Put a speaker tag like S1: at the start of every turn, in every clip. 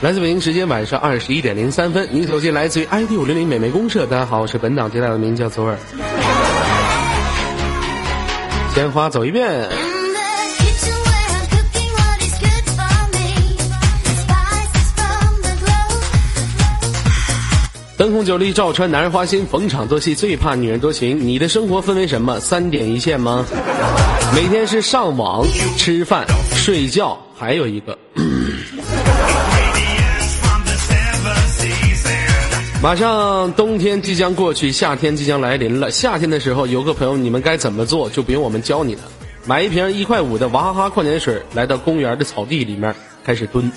S1: 来自北京时间晚上二十一点零三分，您首先来自于 ID 五零零美眉公社，大家好，我是本档接待的名叫左耳。鲜花走一遍。灯红酒绿照穿，男人花心，逢场作戏，最怕女人多情。你的生活分为什么？三点一线吗？每天是上网、吃饭、睡觉，还有一个。 马上冬天即将过去，夏天即将来临了。夏天的时候，游客朋友，你们该怎么做，就不用我们教你了。买一瓶一块五的娃哈哈矿泉水，来到公园的草地里面开始蹲。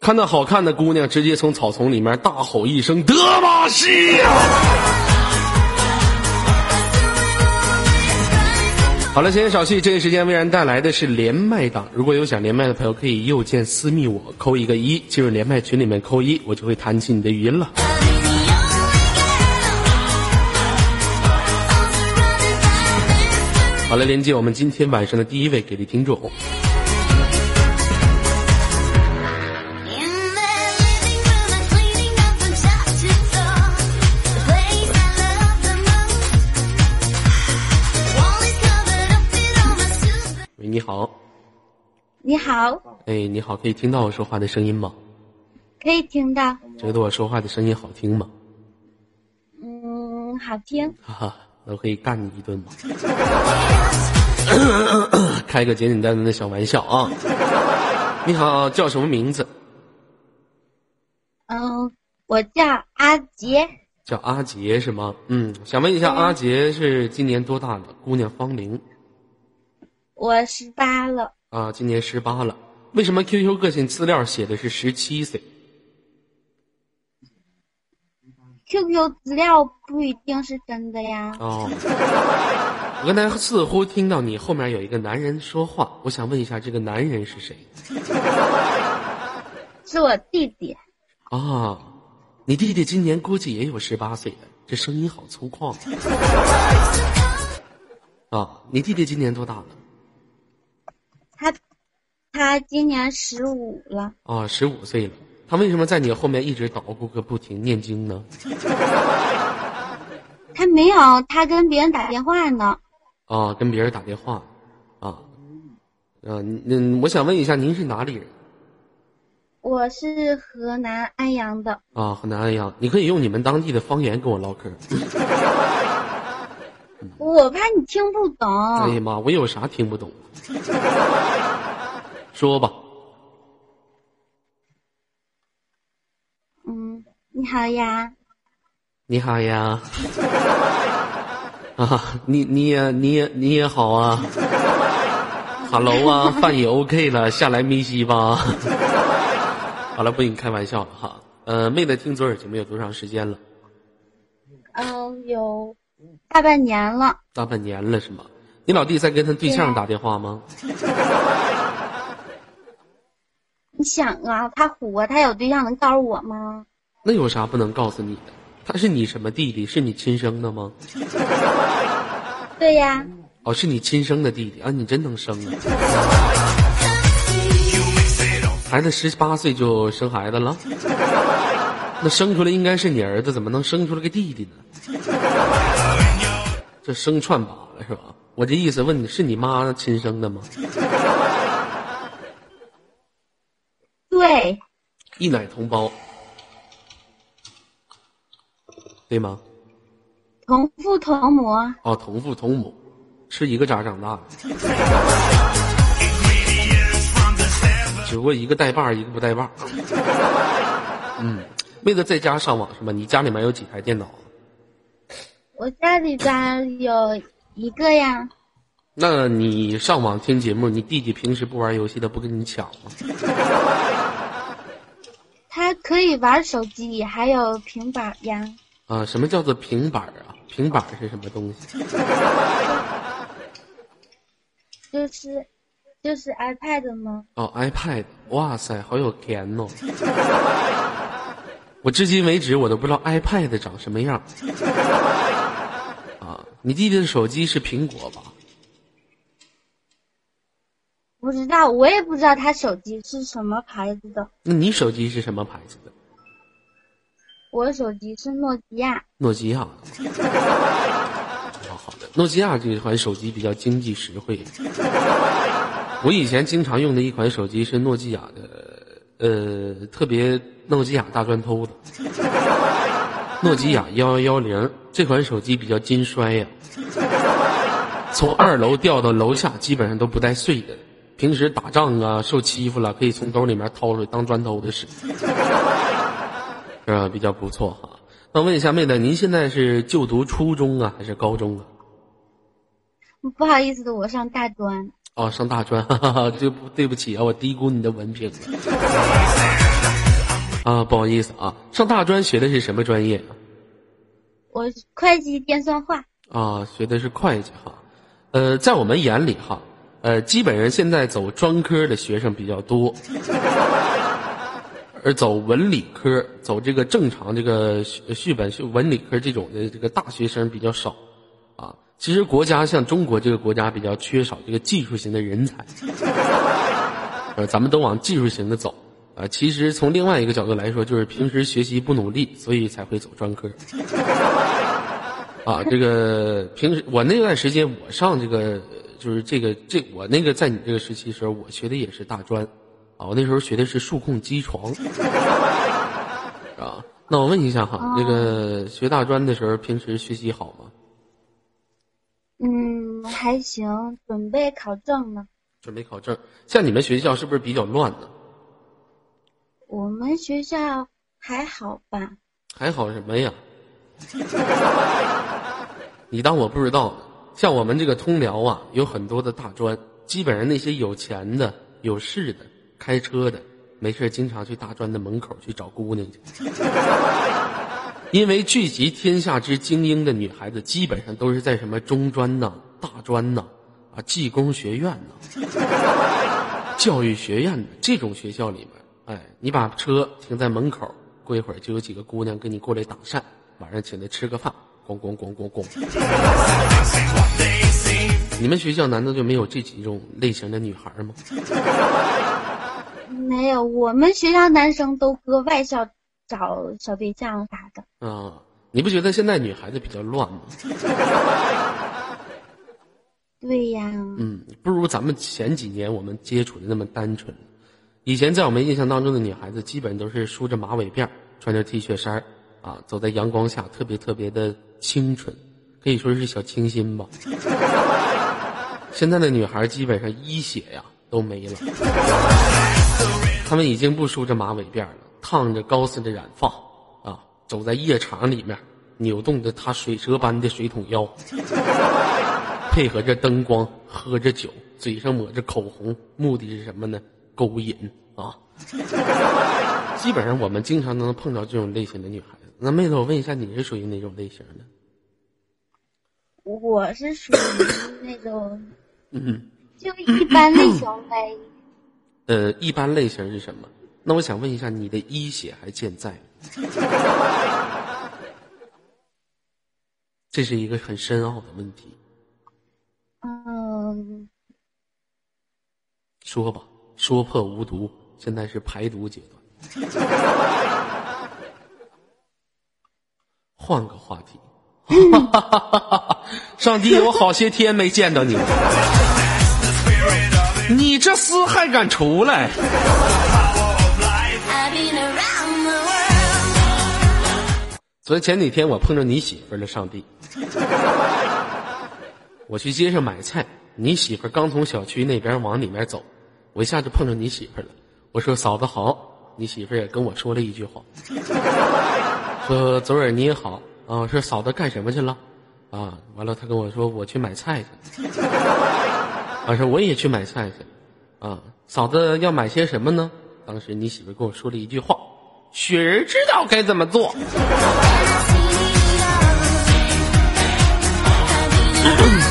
S1: 看到好看的姑娘，直接从草丛里面大吼一声“德玛西亚”。好了，闲言少叙，这一时间为然带来的是连麦档。如果有想连麦的朋友，可以右键私密我，扣一个一，进入连麦群里面扣一，我就会弹起你的语音了。好了，连接我们今天晚上的第一位给力听众。喂，你好，
S2: 你好，
S1: 哎，你好，可以听到我说话的声音吗？
S2: 可以听到，
S1: 觉得我说话的声音好听吗？
S2: 嗯，好听，
S1: 哈哈，那我可以干你一顿吗？ 开个简简单单的小玩笑啊！你好，叫什么名字？
S2: 嗯，我叫阿杰，
S1: 叫阿杰是吗？嗯，想问一下，阿杰是今年多大了？姑娘芳龄
S2: 我十八了，
S1: 啊，今年十八了。为什么 QQ 个性资料写的是十七岁？
S2: QQ 资料不一定是真的呀，
S1: 哦，我刚才似乎听到你后面有一个男人说话，我想问一下，这个男人是谁？
S2: 是我弟弟，
S1: 啊，你弟弟今年估计也有十八岁了，这声音好粗犷啊！啊，你弟弟今年多大了？
S2: 他他今年十五了，
S1: 啊，十五岁了。他为什么在你后面一直捣鼓个不停念经呢？
S2: 他没有，他跟别人打电话呢，
S1: 啊，跟别人打电话，啊，啊，嗯，我想问一下，您是哪里人？
S2: 我是河南安阳的，
S1: 啊，河南安阳。你可以用你们当地的方言跟我唠嗑。
S2: 我怕你听不懂，
S1: 哎呀妈，我有啥听不懂？啊 说吧，
S2: 嗯，你好呀，
S1: 你好呀。 啊，你你也你也你也好啊。Hello 啊，饭也 OK 了，下来咪西吧。 好了，不跟你开玩笑了哈。呃，妹子听左耳节目有多长时间了？
S2: 嗯，有大半年了，
S1: 大半年了是吗？你老弟在跟他对象打电话吗？
S2: 你想啊，他虎啊，他有对象能告诉我吗？
S1: 那有啥不能告诉你的？他是你什么弟弟？是你亲生的吗？
S2: 对呀、
S1: 哦，是你亲生的弟弟啊！你真能生啊！孩子十八岁就生孩子了，那生出来应该是你儿子，怎么能生出来个弟弟呢？这生串把了是吧？我这意思问你是你妈亲生的吗？
S2: 对，
S1: 一奶同胞，对吗？
S2: 同父同母，
S1: 哦，同父同母，是一个家长大的，只不过一个带把儿，一个不带把儿。嗯，妹子在家上网是吧？你家里面有几台电脑？啊
S2: 我家里边儿有一个呀，
S1: 那你上网听节目，你弟弟平时不玩游戏的，不跟你抢吗？
S2: 他可以玩手机，还有平板呀。
S1: 啊，什么叫做平板儿啊？平板儿是什么东西？
S2: 就是就是 iPad 吗？
S1: 哦，iPad，哇塞，好有甜哦！ 我至今为止我都不知道 iPad 长什么样。啊，你弟弟的手机是苹果吧？
S2: 不知道，我也不知道他手机是什么牌子的。
S1: 那你手机是什么牌子的？
S2: 我手机是诺基亚，
S1: 诺基亚。好好的，诺基亚这一款手机比较经济实惠。我以前经常用的一款手机是诺基亚的，呃，特别诺基亚大砖头的，诺基亚幺幺幺零这款手机比较经摔呀、从二楼掉到楼下基本上都不带碎的。平时打仗啊，受欺负了，可以从兜里面掏出来当砖头的使，是吧？比较不错哈。那问一下妹子，您现在是就读初中啊，还是高中啊？
S2: 不好意思的，我上大专。
S1: 哦，上大专， 哈哈哈，对不对不起啊，我低估你的文凭了。啊，不好意思啊，上大专学的是什么专业啊？
S2: 我会计电算化，
S1: 啊，学的是会计哈，呃，在我们眼里哈，呃，基本上现在走专科的学生比较多，而走文理科、走这个正常这个续呃续本、续文理科这种的这个大学生比较少，啊，其实国家像中国这个国家比较缺少这个技术型的人才，呃，咱们都往技术型的走。啊，其实从另外一个角度来说，就是平时学习不努力，所以才会走专科。啊，这个平时我那段时间我上这个就是这个这我那个在你这个时期的时候，我学的也是大专，啊，我那时候学的是数控机床，啊，那我问一下哈，那个学大专的时候，平时学习好吗？
S2: 嗯，还行，准备考证呢。
S1: 准备考证，像你们学校是不是比较乱呢？
S2: 我们学校还好吧？
S1: 还好什么呀？ 你当我不知道呢？像我们这个通辽啊，有很多的大专，基本上那些有钱的、有势的、开车的，没事儿经常去大专的门口去找姑娘去。因为聚集天下之精英的女孩子，基本上都是在什么中专呐、大专呐、啊技工学院呐、教育学院呐这种学校里面。哎，你把车停在门口，过一会儿就有几个姑娘跟你过来搭讪，晚上请她吃个饭，咣咣咣咣 咣。你们学校难道就没有这几种类型的女孩吗？
S2: 没有，我们学校男生都搁外校找小对象啥的。
S1: 啊，你不觉得现在女孩子比较乱吗？
S2: 对呀，
S1: 嗯，不如咱们前几年我们接触的那么单纯。以前在我们印象当中的女孩子，基本都是梳着马尾辫儿，穿着 T 恤衫儿啊，走在阳光下，特别特别的清纯，可以说是小清新吧。 现在的女孩基本上一血呀都没了，她们已经不梳着马尾辫儿了，烫着高丝的染发啊，走在夜场里面，扭动着她水蛇般的水桶腰。配合着灯光，喝着酒，嘴上抹着口红，目的是什么呢？勾引啊！ 基本上我们经常能碰到这种类型的女孩子。那妹子，我问一下，你是属于哪种类型的？
S2: 我是属于那种，就一般类型呗。
S1: 呃，一般类型是什么？那我想问一下，你的一血还健在吗？ 这是一个很深奥的问题，
S2: 嗯，
S1: 说吧，说破无毒，现在是排毒阶段。换个话题， 上帝，我好些天没见到你了，你这厮还敢出来？
S3: I've been around the world.
S1: 昨前几天我碰着你媳妇儿了，上帝！我去街上买菜，你媳妇儿刚从小区那边往里面走，我一下就碰着你媳妇儿了。我说嫂子好，你媳妇儿也跟我说了一句话，说左耳你也好啊。我说嫂子干什么去了？啊，完了她跟我说我去买菜去。 我说我也去买菜去。啊，嫂子要买些什么呢？当时你媳妇儿跟我说了一句话：“雪儿知道该怎么做。”
S3: I've been around.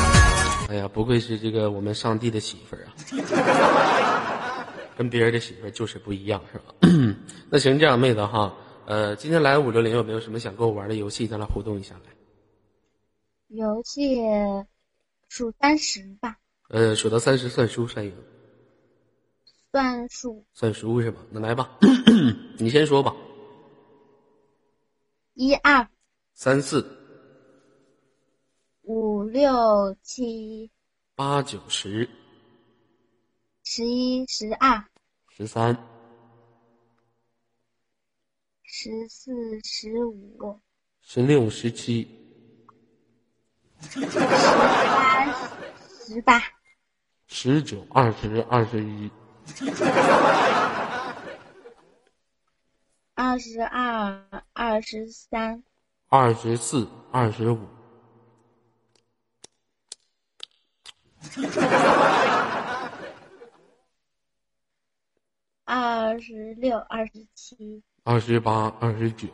S1: 哎呀，不愧是这个我们上帝的媳妇儿啊，跟别人的媳妇儿就是不一样，是吧？ 那行，这样妹子哈，呃，今天来五六零有没有什么想跟我玩的游戏？咱俩互动一下来。
S2: 游戏数三十吧，
S1: 呃，数到三十算输山羊，
S2: 算数
S1: 算输是吧？那来吧， 你先说吧。
S2: 一二
S1: 三四
S2: 五六七
S1: 八九十
S2: 十一十二
S1: 十三
S2: 十四十五
S1: 十六十七
S2: 十八
S1: 十九二十二十一
S2: 二十二二十三
S1: 二十四二十五
S2: 二十六二十七
S1: 二十八二十九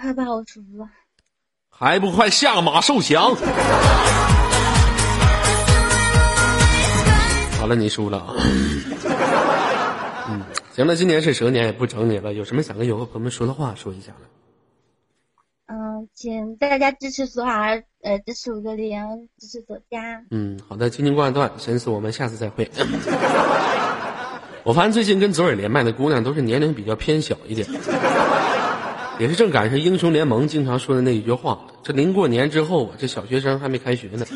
S2: 快把我数了，
S1: 还不快下马受降！ 好了，你输了啊。嗯，行了，今年是蛇年，也不整你了。有什么想跟游客朋友们说的话，说一下来。
S2: 嗯，请大家支持左耳，呃，支持五个零，支持左家，
S1: 嗯，好的，轻轻挂断，神死我们，下次再会。 我发现最近跟左耳连麦的姑娘都是年龄比较偏小一点，也是正赶上英雄联盟经常说的那一句话：这临过年之后啊，这小学生还没开学呢。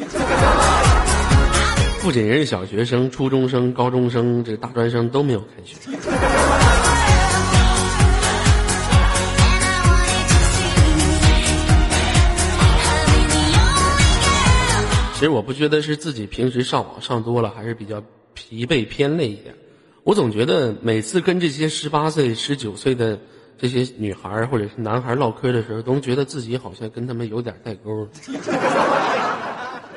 S1: 不仅人是小学生、初中生、高中生，这大专生都没有开学。其实我不觉得是自己平时上网上多了，还是比较疲惫偏累一点。我总觉得每次跟这些十八岁、十九岁的这些女孩儿或者是男孩儿唠嗑的时候，总觉得自己好像跟他们有点代沟儿。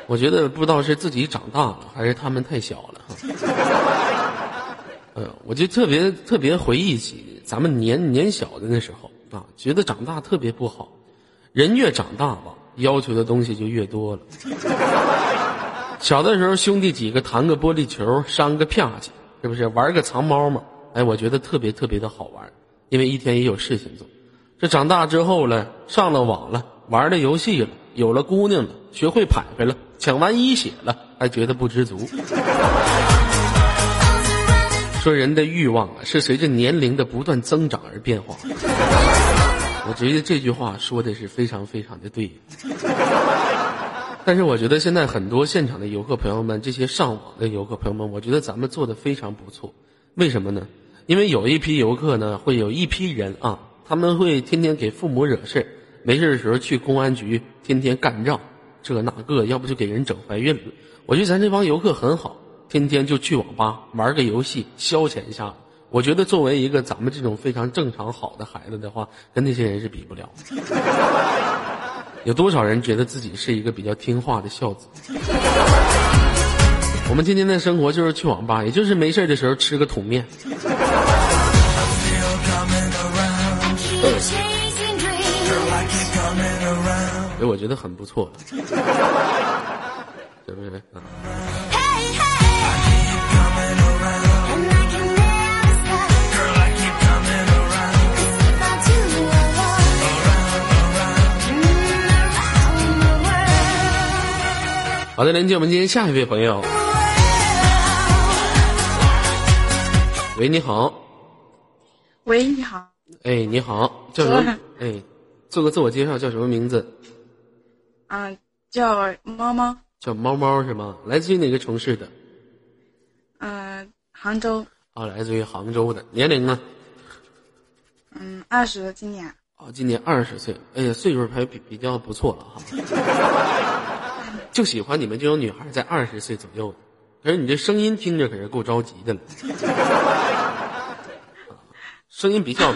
S1: 我觉得不知道是自己长大了，还是他们太小了哈。嗯，我就特别特别回忆起咱们年年小的那时候啊，觉得长大特别不好。人越长大吧，要求的东西就越多了。 小的时候，兄弟几个弹个玻璃球，扇个啪叽，是不是玩个藏猫猫？哎，我觉得特别特别的好玩，因为一天也有事情做。这长大之后了，上了网了，玩了游戏了，有了姑娘了，学会拍拍了，抢完一血了，还觉得不知足。说人的欲望啊，是随着年龄的不断增长而变化。我觉得这句话说的是非常非常的对。但是我觉得现在很多现场的游客朋友们，这些上网的游客朋友们，我觉得咱们做的非常不错。为什么呢？因为有一批游客呢，会有一批人啊，他们会天天给父母惹事儿没事儿的时候去公安局，天天干仗，这那个，要不就给人整怀孕了。我觉得咱这帮游客很好，天天就去网吧玩个游戏消遣一下。我觉得作为一个咱们这种非常正常好的孩子的话，跟那些人是比不了。有多少人觉得自己是一个比较听话的孝子？ 我们今天的生活就是去网吧，也就是没事儿的时候吃个桶面。
S3: Still coming around. I keep chasing dreams.
S4: I keep coming around.
S1: 哎，我觉得很不错 了，是不是？啊，
S3: Hey, hey. And I can never stop. It's about you alone. Mm, around the world.
S1: 好的，连接我们今天下一位朋友。喂，你好，
S5: 喂，你好，
S1: 哎，你好，叫什么？哎，做个自我介绍，叫什么名字？
S5: 啊、叫猫猫，
S1: 叫猫猫是吗？来自于哪个城市的？
S5: 嗯、杭州，
S1: 啊，来自于杭州的。年龄呢？
S5: 嗯，二十了，今年，
S1: 啊，今年二十岁，哎呀，岁数还比比较不错了哈。 就喜欢你们这种女孩在二十岁左右的，可是你这声音听着可是够着急的了， 声音比较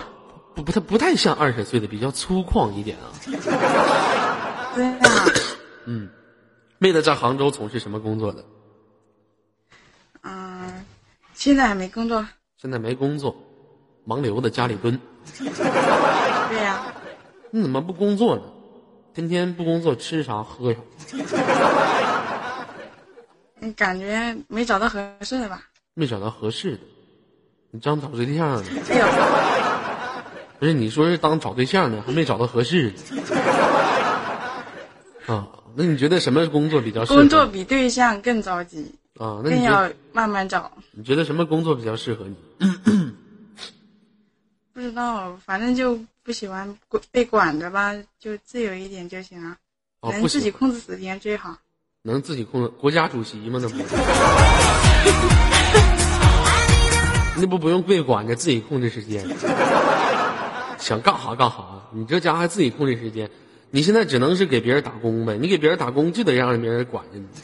S1: 不不太不太像二十岁的，比较粗犷一点啊。
S5: 对啊，
S1: 妹子在杭州从事什么工作的？
S5: 嗯、现在还没工作，
S1: 现在没工作，盲流的家里蹲。
S5: 对呀、
S1: 你怎么不工作呢？天天不工作，吃啥喝啥？
S5: 你感觉没找到合适的吧？
S1: 没找到合适的，你刚找对象呢？
S5: 哎呦，
S1: 不是你说是当找对象呢，还没找到合适呢。啊，那你觉得什么工作比较适合？
S5: 工作比对象更着急，
S1: 啊，那
S5: 更
S1: 你觉得
S5: 要慢慢找。
S1: 你觉得什么工作比较适合你？
S5: 不知道，反正就不喜欢管被管着吧，就自由一点就行了，
S1: 啊，
S5: 能
S1: 不
S5: 自
S1: 喜
S5: 己
S1: 欢
S5: 控制时间最好。
S1: 能自己控制国家主席吗？那不，那不不用被管着，自己控制时间，想干啥干啥。你这家伙还自己控制时间，你现在只能是给别人打工呗。你给别人打工就得让别人管着你，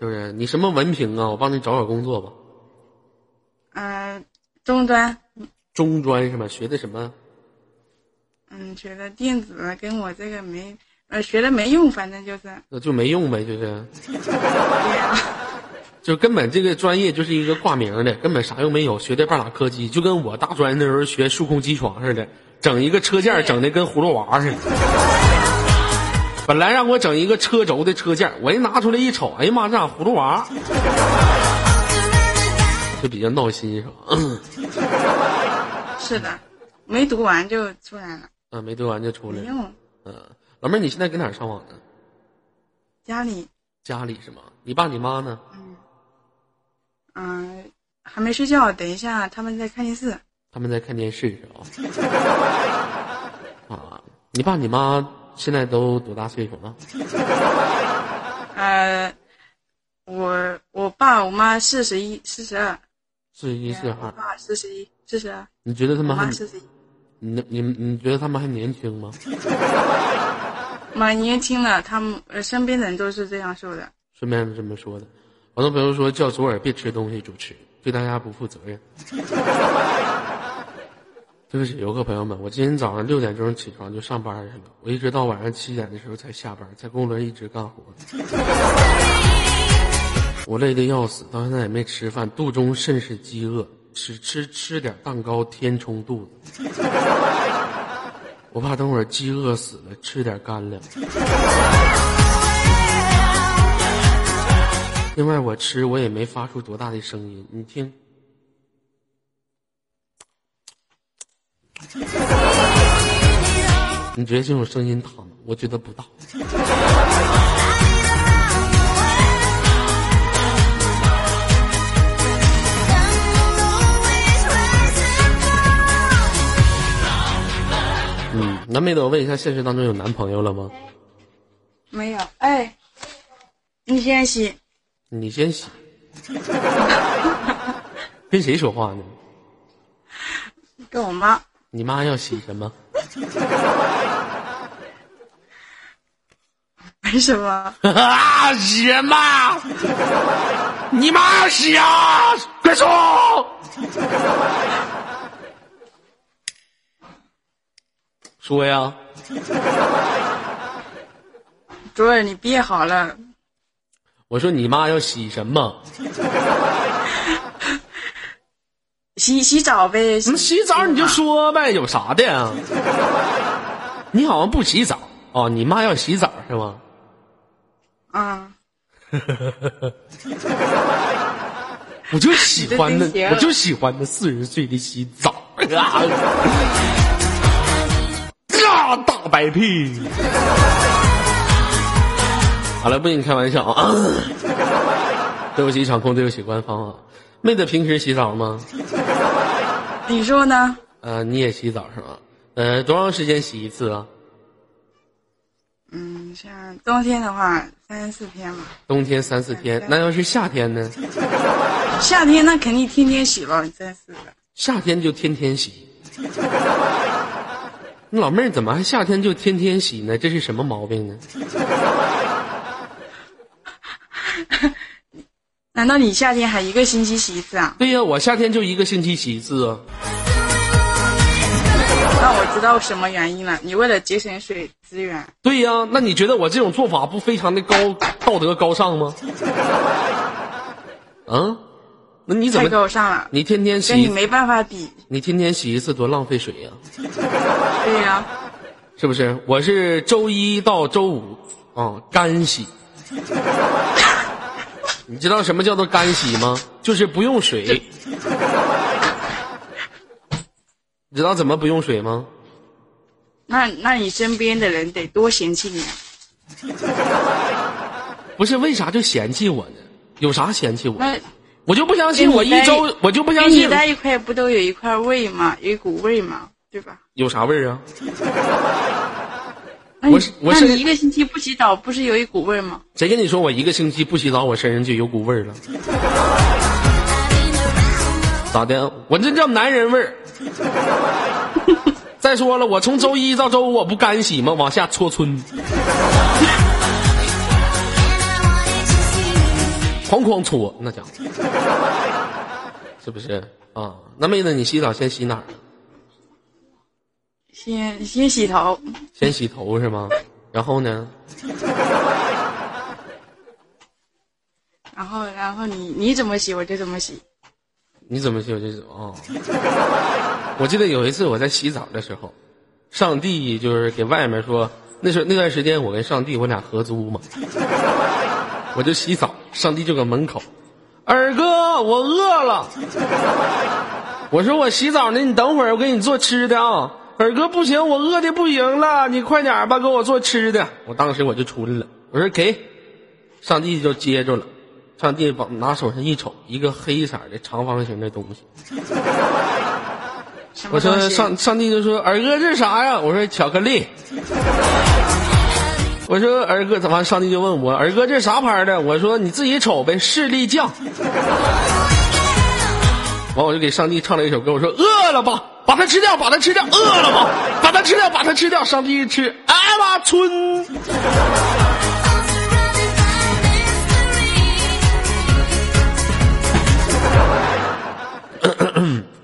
S1: 是不是？你什么文凭啊？我帮你找找工作吧。
S5: 嗯、终端，
S1: 中专是吧？学的什么？
S5: 嗯，学的电子跟我这个没，呃，学了没用，反正就是
S1: 那就没用呗，就是，
S5: 对呀、
S1: 就根本这个专业就是一个挂名的，根本啥用没有，学的半拉磕叽，就跟我大专那时候学数控机床似的，整一个车架整的跟葫芦娃似的。本来让我整一个车轴的车架，我一拿出来一瞅，哎呀妈，这咋葫芦娃？就比较闹心是吧？
S5: 是的，没读完就出来了，
S1: 啊，没读完就出来
S5: 没
S1: 了。
S5: 用。
S1: 嗯、老妹儿，你现在搁哪儿上网呢？
S5: 家里，
S1: 家里是吗？你爸你妈呢？
S5: 嗯、还没睡觉，等一下他们在看电视，
S1: 他们在看电视 是吧？啊，你爸你妈现在都多大岁数了？
S5: 呃，我我爸我妈四十一、四十二，
S1: 四十一四十
S5: 啊我
S1: 二，
S5: 爸四十一、四十二，
S1: 你觉得他
S5: 我
S1: 们还
S5: 妈四十一，
S1: 你你你觉得他们还年轻吗？
S5: 蛮年轻的，他们呃身边人都是这样说的。
S1: 顺便这么说的，好多朋友说叫左耳别吃东西主持，对大家不负责任。 对不起，游客朋友们，我今天早上六点钟起床就上班去了，我一直到晚上七点的时候才下班，在公园一直干活。 我累得要死，到现在也没吃饭，肚中甚是饥饿，只吃吃点蛋糕填充肚子。 我怕等会儿饥饿死了，吃点干粮。另外，我吃我也没发出多大的声音，你听。你觉得这种声音大吗？我觉得不大。嗯，那妹子，我问一下，现实当中有男朋友了吗？
S5: 没有，哎，你先洗，
S1: 你先洗。 跟谁说话呢？
S5: 跟我妈，
S1: 你妈要洗什么？
S5: 没什么，
S1: 啊，洗人吧！你妈要洗啊！快说！说呀，
S5: 昨儿你憋好了，
S1: 我说你妈要洗什么？
S5: 洗洗澡呗，洗
S1: 你嗯洗澡你就说呗，有啥的呀？你好像不洗澡哦，你妈要洗澡是吗？
S5: 啊，
S1: 我就喜欢那
S5: 你这真邪，恶
S1: 我就喜欢那四十岁的洗澡啊！啊，大白屁！好了，不跟你开玩笑啊！ 对不起，场控，对不起，官方啊！妹子平时洗澡吗？
S5: 你说呢？
S1: 呃，你也洗澡是吧？呃，多长时间洗一次啊？
S5: 嗯，像冬天的话，三四天吧。
S1: 冬天三四天，那要是夏天呢？
S5: 夏天那肯定天天洗了，真是的。
S1: 夏天就天天洗。 那老妹儿怎么还夏天就天天洗呢？这是什么毛病呢？
S5: 难道你夏天还一个星期洗一次啊？
S1: 对呀、我夏天就一个星期洗一次啊。
S5: 那我知道什么原因了，你为了节省水资源，
S1: 对呀、那你觉得我这种做法不非常的高道德高尚吗？ 啊，那你怎
S5: 太
S1: 么
S5: 高尚了，
S1: 你天天
S5: 跟
S1: 洗
S5: 你没办法比。
S1: 你天天洗一次多浪费水呀、
S5: 对呀、
S1: 是不是？我是周一到周五啊、干洗。 你知道什么叫做干洗吗？就是不用水。你知道怎么不用水吗？
S5: 那那你身边的人得多嫌弃你啊！
S1: 不是为啥就嫌弃我呢？有啥嫌弃我？
S5: 那
S1: 我就不相信我一周，我就不相
S5: 跟你
S1: 信
S5: 在一块不都有一块味吗？有一股味吗？对吧？
S1: 有啥味儿啊？
S5: 那你
S1: 我是我
S5: 那
S1: 是
S5: 你一个星期不洗澡，不是有一股味吗？
S1: 谁跟你说我一个星期不洗澡，我身上就有股味儿了？咋的？我这叫男人味 儿。再说了，我从周一到周五我不干洗吗？往下搓春，哐哐搓，那家伙，是不是啊？那妹子，你洗澡先洗哪儿啊？
S5: 先先洗头，
S1: 先洗头是吗？然后呢？
S5: 然后然后你你怎么洗我就怎么洗。
S1: 你怎么洗我就洗啊？ 我记得有一次我在洗澡的时候，上帝就是给外面说，那时候那段时间我跟上帝我俩合租嘛， 我就洗澡，上帝就搁门口，二哥我饿了，我说我洗澡呢，你等会儿我给你做吃的啊。二哥不行，我饿的不行了，你快点儿吧，给我做吃的。我当时我就春了，我说给，上帝就接住了，上帝往拿手上一瞅，一个黑色的长方形的东西。
S5: 什
S1: 我
S5: 么
S1: 说
S5: 东西？
S1: 上上帝就说二哥这是啥呀？我说巧克力。 我说二哥怎么？上帝就问我二哥这啥牌的？我说你自己瞅呗，士力架。 完我就给上帝唱了一首歌，我说饿了吧，把它吃掉，把它吃掉，饿了吧，把它吃掉，把它吃掉。上帝一吃，哎妈村。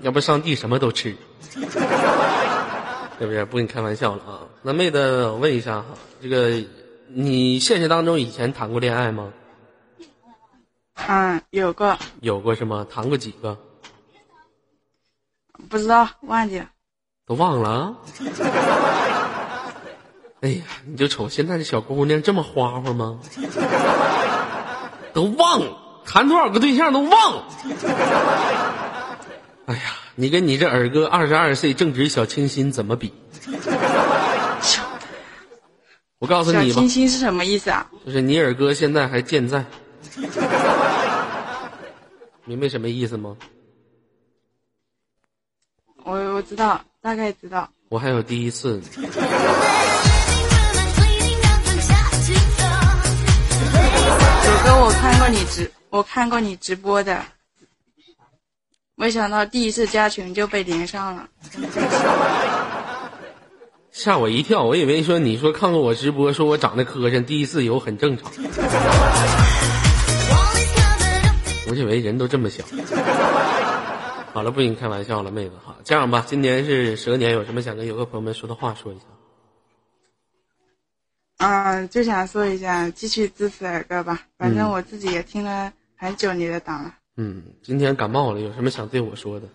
S1: 要不上帝什么都吃，对不对？不跟你开玩笑了啊！那妹子，我问一下哈，这个你现实当中以前谈过恋爱吗？
S5: 嗯，有个
S1: 有过是吗？谈过几个？
S5: 不知道忘记了。
S1: 都忘了啊？哎呀，你就瞅现在这小姑娘这么花花吗？都忘了，谈多少个对象都忘了。哎呀，你跟你这二哥二十二岁正值小清新怎么比？我告诉
S5: 小
S1: 你吧
S5: 清，新是什么意思啊？
S1: 就是你二哥现在还健在，明白什么意思吗？
S5: 我我知道，大概知道。
S1: 我还有第一次呢。
S5: 九哥，我看过你直，我看过你直播的，没想到第一次加群就被连上了。
S1: 吓我一跳，我以为说你说看过我直播，说我长得磕碜，第一次有很正常，我以为人都这么想。好了，不跟你开玩笑了，妹子哈。这样吧，今年是蛇年，有什么想跟游客朋友们说的话说一下？
S5: 嗯，就想说一下，继续支持尔哥吧，反正我自己也听了很久你的档了。
S1: 嗯，今天感冒了，有什么想对我说的？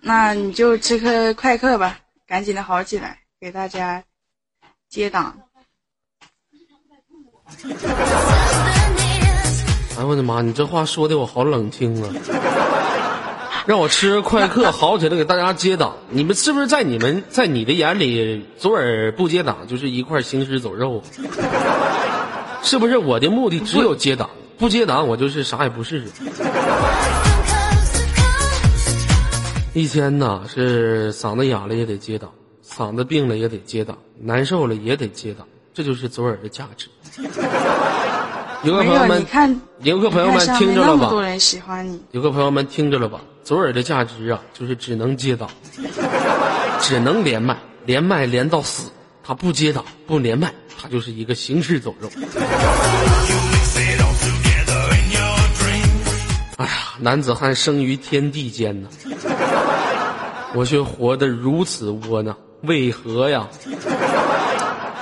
S5: 那你就吃颗快克吧，赶紧的好起来，给大家接档。
S1: 哎我的妈，你这话说的我好冷清啊！ 让我吃快克好起来，给大家接档。你们是不是在你们在你的眼里，左耳不接档就是一块行尸走肉？是不是我的目的只有接档？不接档，我就是啥也不是。一天呐，是嗓子哑了也得接档，嗓子病了也得接档，难受了也得接档，这就是左耳的价值。游客朋
S5: 没
S1: 友
S5: 有，
S1: 们
S5: 你，看，
S1: 游客朋友
S5: 你
S1: 们
S5: 看上
S1: 听
S5: 面
S1: 着
S5: 那
S1: 了
S5: 么
S1: 吧？
S5: 多人喜欢你，
S1: 有个朋友们听着了吧？左耳的价值啊，就是只能接档， 只能连麦，连麦连到死。他不接档，不连麦，他就是一个行尸走肉。哎呀，男子汉生于天地间呐，我却活得如此窝囊，为何呀？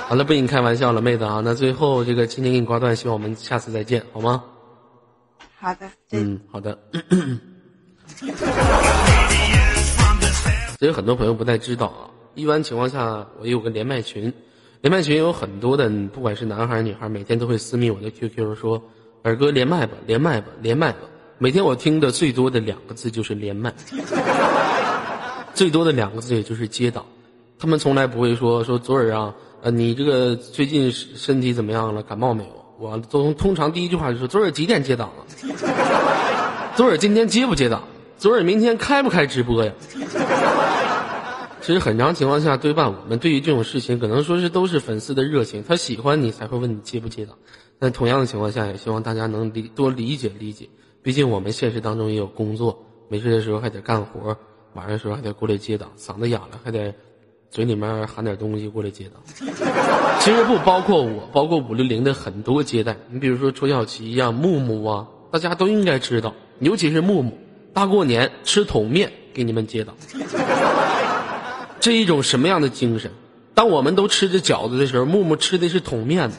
S1: 好了，不跟你开玩笑了，妹子啊。那最后这个今天给你挂断，希望我们下次再见，好吗？
S5: 好的，再见
S1: 嗯，好的。其实很多朋友不太知道啊，一般情况下我有个连麦群，连麦群有很多的，不管是男孩儿女孩儿，每天都会私密我的 QQ 说：“耳哥连麦吧，连麦吧，连麦吧。”每天我听的最多的两个字就是连麦， 最多的两个字也就是接档。他们从来不会说说左耳啊，呃，你这个最近身身体怎么样了？感冒没有？我都通常第一句话就是左耳几点接档了？左耳今天接不接档？左耳明天开不开直播呀？其实很长情况下，对吧？我们对于这种事情，可能说是都是粉丝的热情，他喜欢你才会问你接不接档。但同样的情况下，也希望大家能理多理解理解，毕竟我们现实当中也有工作，没事的时候还得干活，晚上的时候还得过来接档，嗓子哑了还得嘴里面含点东西过来接档。其实不包括我，包括五六零的很多接待，你比如说楚小琪呀、木木啊，大家都应该知道，尤其是木木，大过年吃桶面给你们接档，这一种什么样的精神？当我们都吃着饺子的时候，木木吃的是桶面呢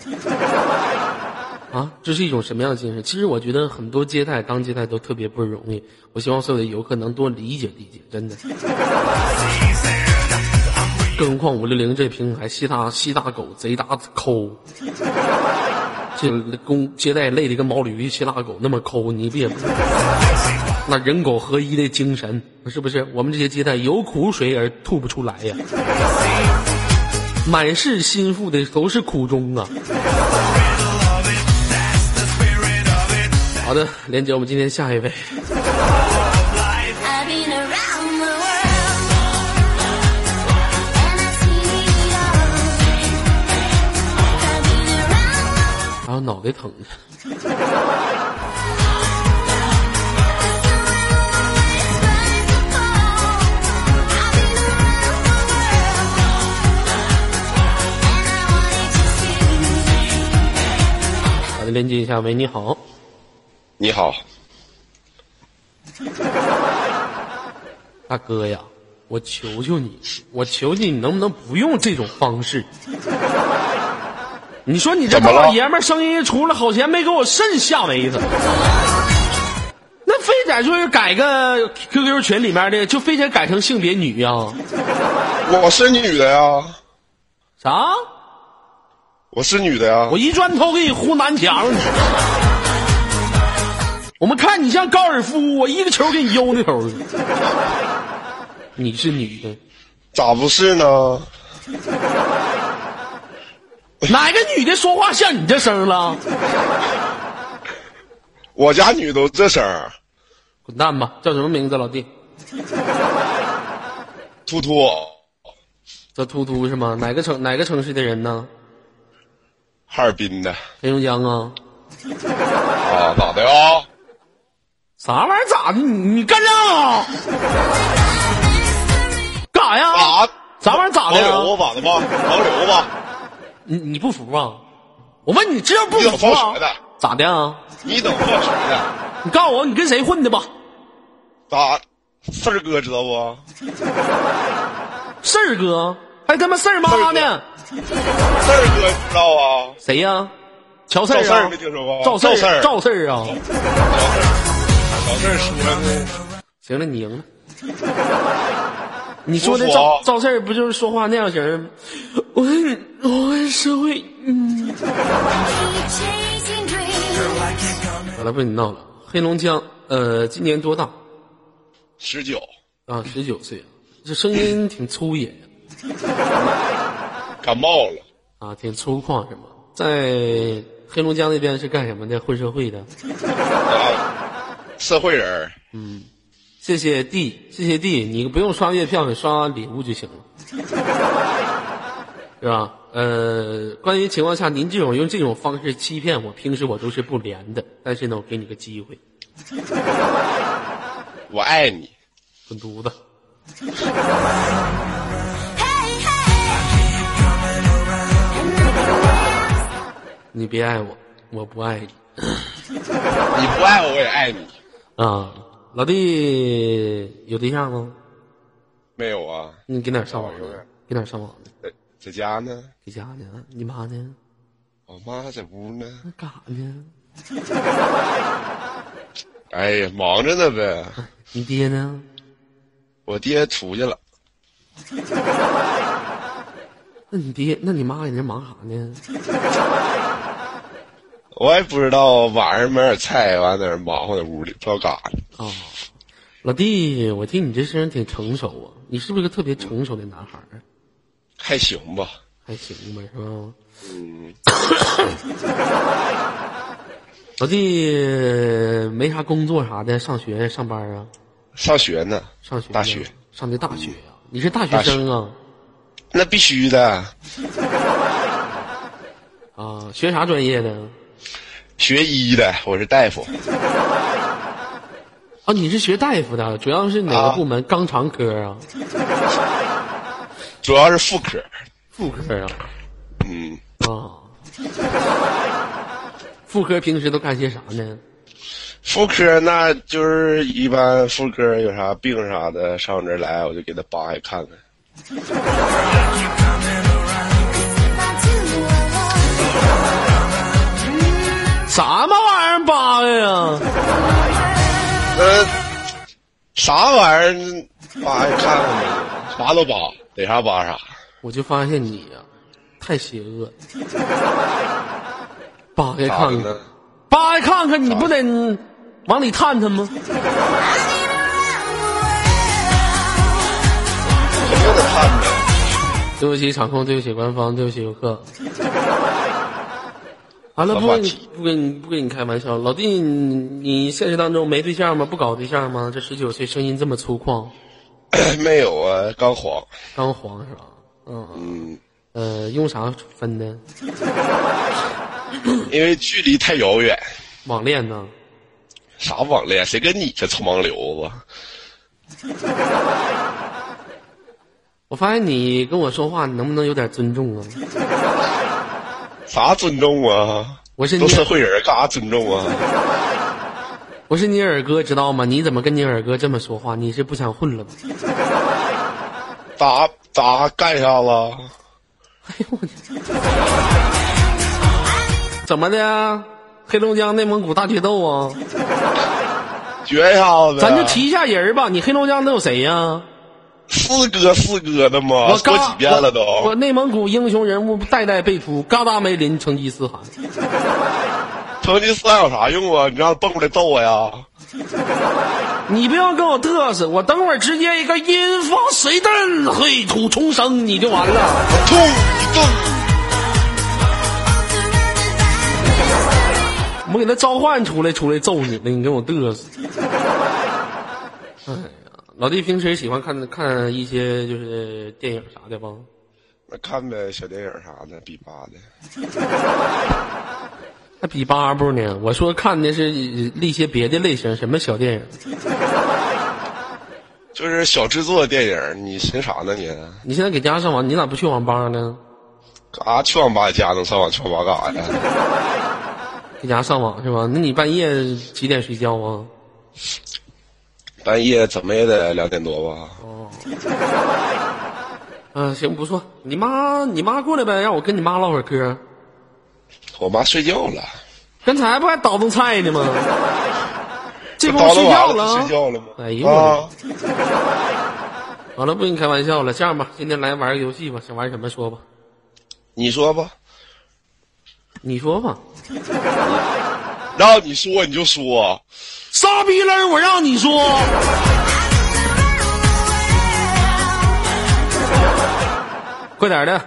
S1: 啊，这是一种什么样的精神？其实我觉得很多接待当接待都特别不容易，我希望所有的游客能多理解理解，真的。更何况五六零这平台吸大吸大狗贼大抠， 这公接待累的跟毛驴吸大狗那么抠，你别那人狗合一的精神是不是？我们这些接待有苦水而吐不出来呀，满是心腹的都是苦衷啊。好的，连姐，我们今天下一位，
S3: I've been around the world, and I've seen it all. I've been around,
S1: 然后脑袋疼呢。
S3: I've been around the world, and I wanted to see.
S1: 好的，连接一下，喂，你好，
S6: 你好，
S1: 大哥呀，我求求你，我求求你，能不能不用这种方式？ 你说你这
S6: 怎么
S1: 大
S6: 了
S1: 老爷们儿声音一出来，好闲没给我肾吓没死，那非得说是改个 QQ 群里面的，就非得改成性别女啊呀、
S6: 我是女的呀，
S1: 啥？
S6: 我是女的呀
S1: 我，一砖头给你呼南墙！我们看你像高尔夫，我一个球给你悠那头去。 你是女的，
S6: 咋不是呢？
S1: 哪个女的说话像你这声儿了？
S6: 我家女都这声儿，
S1: 滚蛋吧！叫什么名字，老弟？
S6: 突突，
S1: 叫突突是吗？哪个城哪个城市的人呢？
S6: 哈尔滨的
S1: 黑龙江啊？
S6: 啊，咋的啊？
S1: 啥玩意儿？咋的？你你干仗啊？干啥呀？
S6: 啊，
S1: 啥玩意儿？咋
S6: 老
S1: 的
S6: 柳
S1: 呀？
S6: 子咋的啊吧？老柳子，
S1: 你你不服啊？我问你，这要不
S6: 你怎么
S1: 服
S6: 放
S1: 啊
S6: 学的？
S1: 咋的啊？
S6: 你等放学的，
S1: 你告诉我，你跟谁混的吧？
S6: 咋？四儿哥知道不？
S1: 四儿哥，还他妈四儿妈呢？
S6: 四儿哥知道啊？
S1: 谁呀、乔四儿
S6: 赵四
S1: 啊
S6: 儿没听说过？
S1: 赵
S6: 赵
S1: 四
S6: 四儿
S1: 赵四儿啊！
S6: 老四儿说
S1: 行了，你赢了。你说的啊
S6: 不服
S1: 赵赵四儿不就是说话那样型儿吗？我很我很社会，嗯。
S3: Chasing dreams.
S1: 好了，不跟你闹了。黑龙江，呃，今年多大
S6: 十九，
S1: 啊？十九岁啊。这声音挺粗野呀
S6: 感冒了，
S1: 啊，挺粗犷是吗？在黑龙江那边是干什么的？混社会的。
S6: 啊，社会人儿
S1: 谢谢弟，谢谢弟，你不用刷月票，你刷礼物就行了，是吧？呃，关于情况下，您这种用这种方式欺骗我，平时我都是不连的，但是呢，我给你个机会，
S6: 我爱你，
S1: 滚犊子！
S3: Hey, hey,
S1: 你别爱我，我不爱你
S6: 你不爱我我也爱你，
S1: 啊！老弟有对象吗？
S6: 没有啊？
S1: 你给哪儿上网
S6: 有有有
S1: 呢？给哪儿上网呢？
S6: 在在家呢，
S1: 给家呢？你妈呢？
S6: 我妈在屋呢。
S1: 那干啥呢？
S6: 哎呀，忙着呢呗。
S1: 你爹呢？
S6: 我爹出去了，
S1: 那你爹，那你妈给人忙啥呢？
S6: 我也不知道，晚上买点菜，完在那儿忙活在屋里，不知道干啥。
S1: 哦，老弟，我听你这声音挺成熟啊，你是不是个特别成熟的男孩儿啊？
S6: 还行吧，
S1: 还行吧，是吧？
S6: 嗯，
S1: 老弟没啥工作啥的，上学上班啊？
S6: 上学呢，
S1: 上学呢
S6: 大学，
S1: 上的大学啊？你是大学生啊？
S6: 那必须的，
S1: 啊，学啥专业的？
S6: 学医的，我是大夫，
S1: 啊，你是学大夫的，主要是哪个
S6: 啊
S1: 部门？肛肠科啊，
S6: 主要是妇科。
S1: 妇科啊？
S6: 嗯，
S1: 啊，妇科平时都干些啥呢？
S6: 妇科那就是一般妇科有啥病啥的，上我这儿来，我就给他扒开看看。
S1: 什么玩意儿扒呀？
S6: 呃，啥玩意儿？扒开看看呗，啥都扒，逮啥扒啥。
S1: 我就发现你呀、太邪恶了。扒开看
S6: 咋的
S1: 看
S6: 呢，
S1: 扒开看看，你不得往里探探吗？
S6: 肯定得看呗。
S1: 对不起，场控，对不起，官方，对不起，游客。完了，
S6: 老
S1: 不跟
S6: 话
S1: 你
S6: 题
S1: 不跟你不跟你开玩笑，老弟，你你现实当中没对象吗？不搞对象吗？这十九岁声音这么粗犷，
S6: 没有啊，刚黄。
S1: 刚黄是吧？嗯，
S6: 嗯，
S1: 呃，用啥分的？
S6: 因为距离太遥远，
S1: 网恋呢？
S6: 啥网恋？谁跟你这臭盲流啊子？
S1: 我发现你跟我说话，你能不能有点尊重啊？
S6: 啥尊重啊？
S1: 我是你
S6: 都，社会人，干啥尊重啊？
S1: 我是你耳哥，知道吗？你怎么跟你耳哥这么说话？你是不想混了吗？
S6: 咋咋干啥了？
S1: 怎么的？黑龙江、内蒙古大决斗啊？
S6: 决一下子呗。
S1: 咱就提一下人儿吧。你黑龙江都有谁呀、
S6: 四哥四哥的嘛，
S1: 我
S6: 啊说
S1: 嘎
S6: 几遍了都。
S1: 我。我内蒙古英雄人物代代辈出，嘎达梅林、成吉思汗。
S6: 成吉思汗有啥用啊？你让他蹦出来揍我呀？
S1: 你不要跟我嘚瑟，我等会儿直接一个阴风随阵，秽土重生，你就完了。
S6: 我痛一顿。
S1: 我给他召唤出来，出来揍你了，你跟我嘚瑟。哎呀，老弟平时喜欢看看一些就是电影啥的吧？
S6: 那看呗，小电影啥的，比八的。
S1: 还比巴布呢？我说看的是一些别的类型，什么小电影？
S6: 就是小制作电影，你寻啥呢你？
S1: 你现在给家上网，你咋不去网吧呢？
S6: 干啥去网吧家能上网去网吧干啥呀？
S1: 给家上网是吧？那你半夜几点睡觉啊？
S6: 半夜怎么也得两点多吧？
S1: 嗯，行，不错。你妈，你妈过来呗，让我跟你妈唠会儿嗑。
S6: 我妈睡觉了，
S1: 刚才不还倒腾菜呢吗？这功
S6: 叨
S1: 夫
S6: 叨
S1: 睡觉
S6: 完了
S1: 了
S6: 就
S1: 啊
S6: 睡！觉了吗？
S1: 哎呦
S6: 啊，
S1: 好了，不跟你开玩笑了。这样吧，今天来玩个游戏吧，想玩什么说吧，
S6: 你说吧，
S1: 你说吧。
S6: 让你说你就说，
S1: 傻逼了，我让你说。 快点的，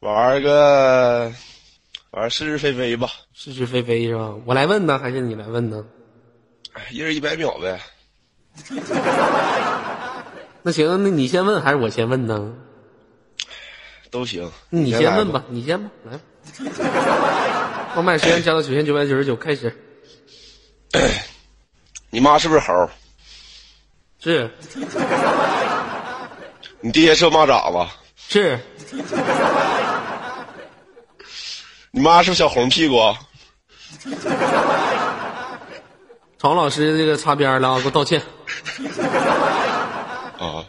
S6: 玩个玩是是非非吧，
S1: 是是非非是吧？我来问呢，还是你来问呢？
S6: 哎一人一百秒呗。
S1: 那行，那你先问还是我先问呢？
S6: 都行，
S1: 你
S6: 来
S1: 先问吧，你先吧，来 吧。号麦时间加到九千九百九十九，开始。
S6: 你妈是不是猴？
S1: 是
S6: 你爹是蚂蚱吧？
S1: 是
S6: 你妈是不是小红屁股？啊
S1: 常老师这个擦边了啊，给我道歉。
S6: 啊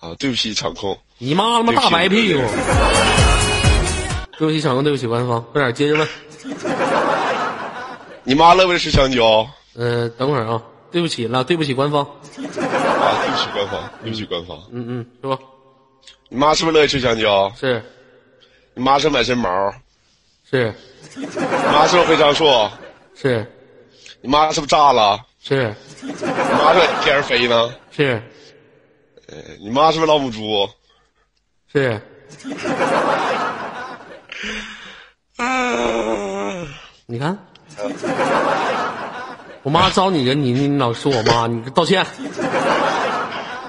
S6: 啊，对不起，场控，
S1: 你妈他妈大白屁股！ 对不起，场控，对不起，官方，快点接着问。
S6: 你妈乐不乐吃香蕉？
S1: 呃，等会儿啊，对不起了，对不起，官方。
S6: 啊，对不起官方，对不起官方，
S1: 嗯嗯，说
S6: 你妈是不是乐意吃香蕉？
S1: 是
S6: 你妈是满身毛，
S1: 是
S6: 你妈是不是会樟树？
S1: 是
S6: 你妈是不是炸了？
S1: 是
S6: 你妈是在天上飞呢？
S1: 是
S6: 你妈是不是老母猪？
S1: 是，你看， 我妈招你了，你你老说我妈，你道歉，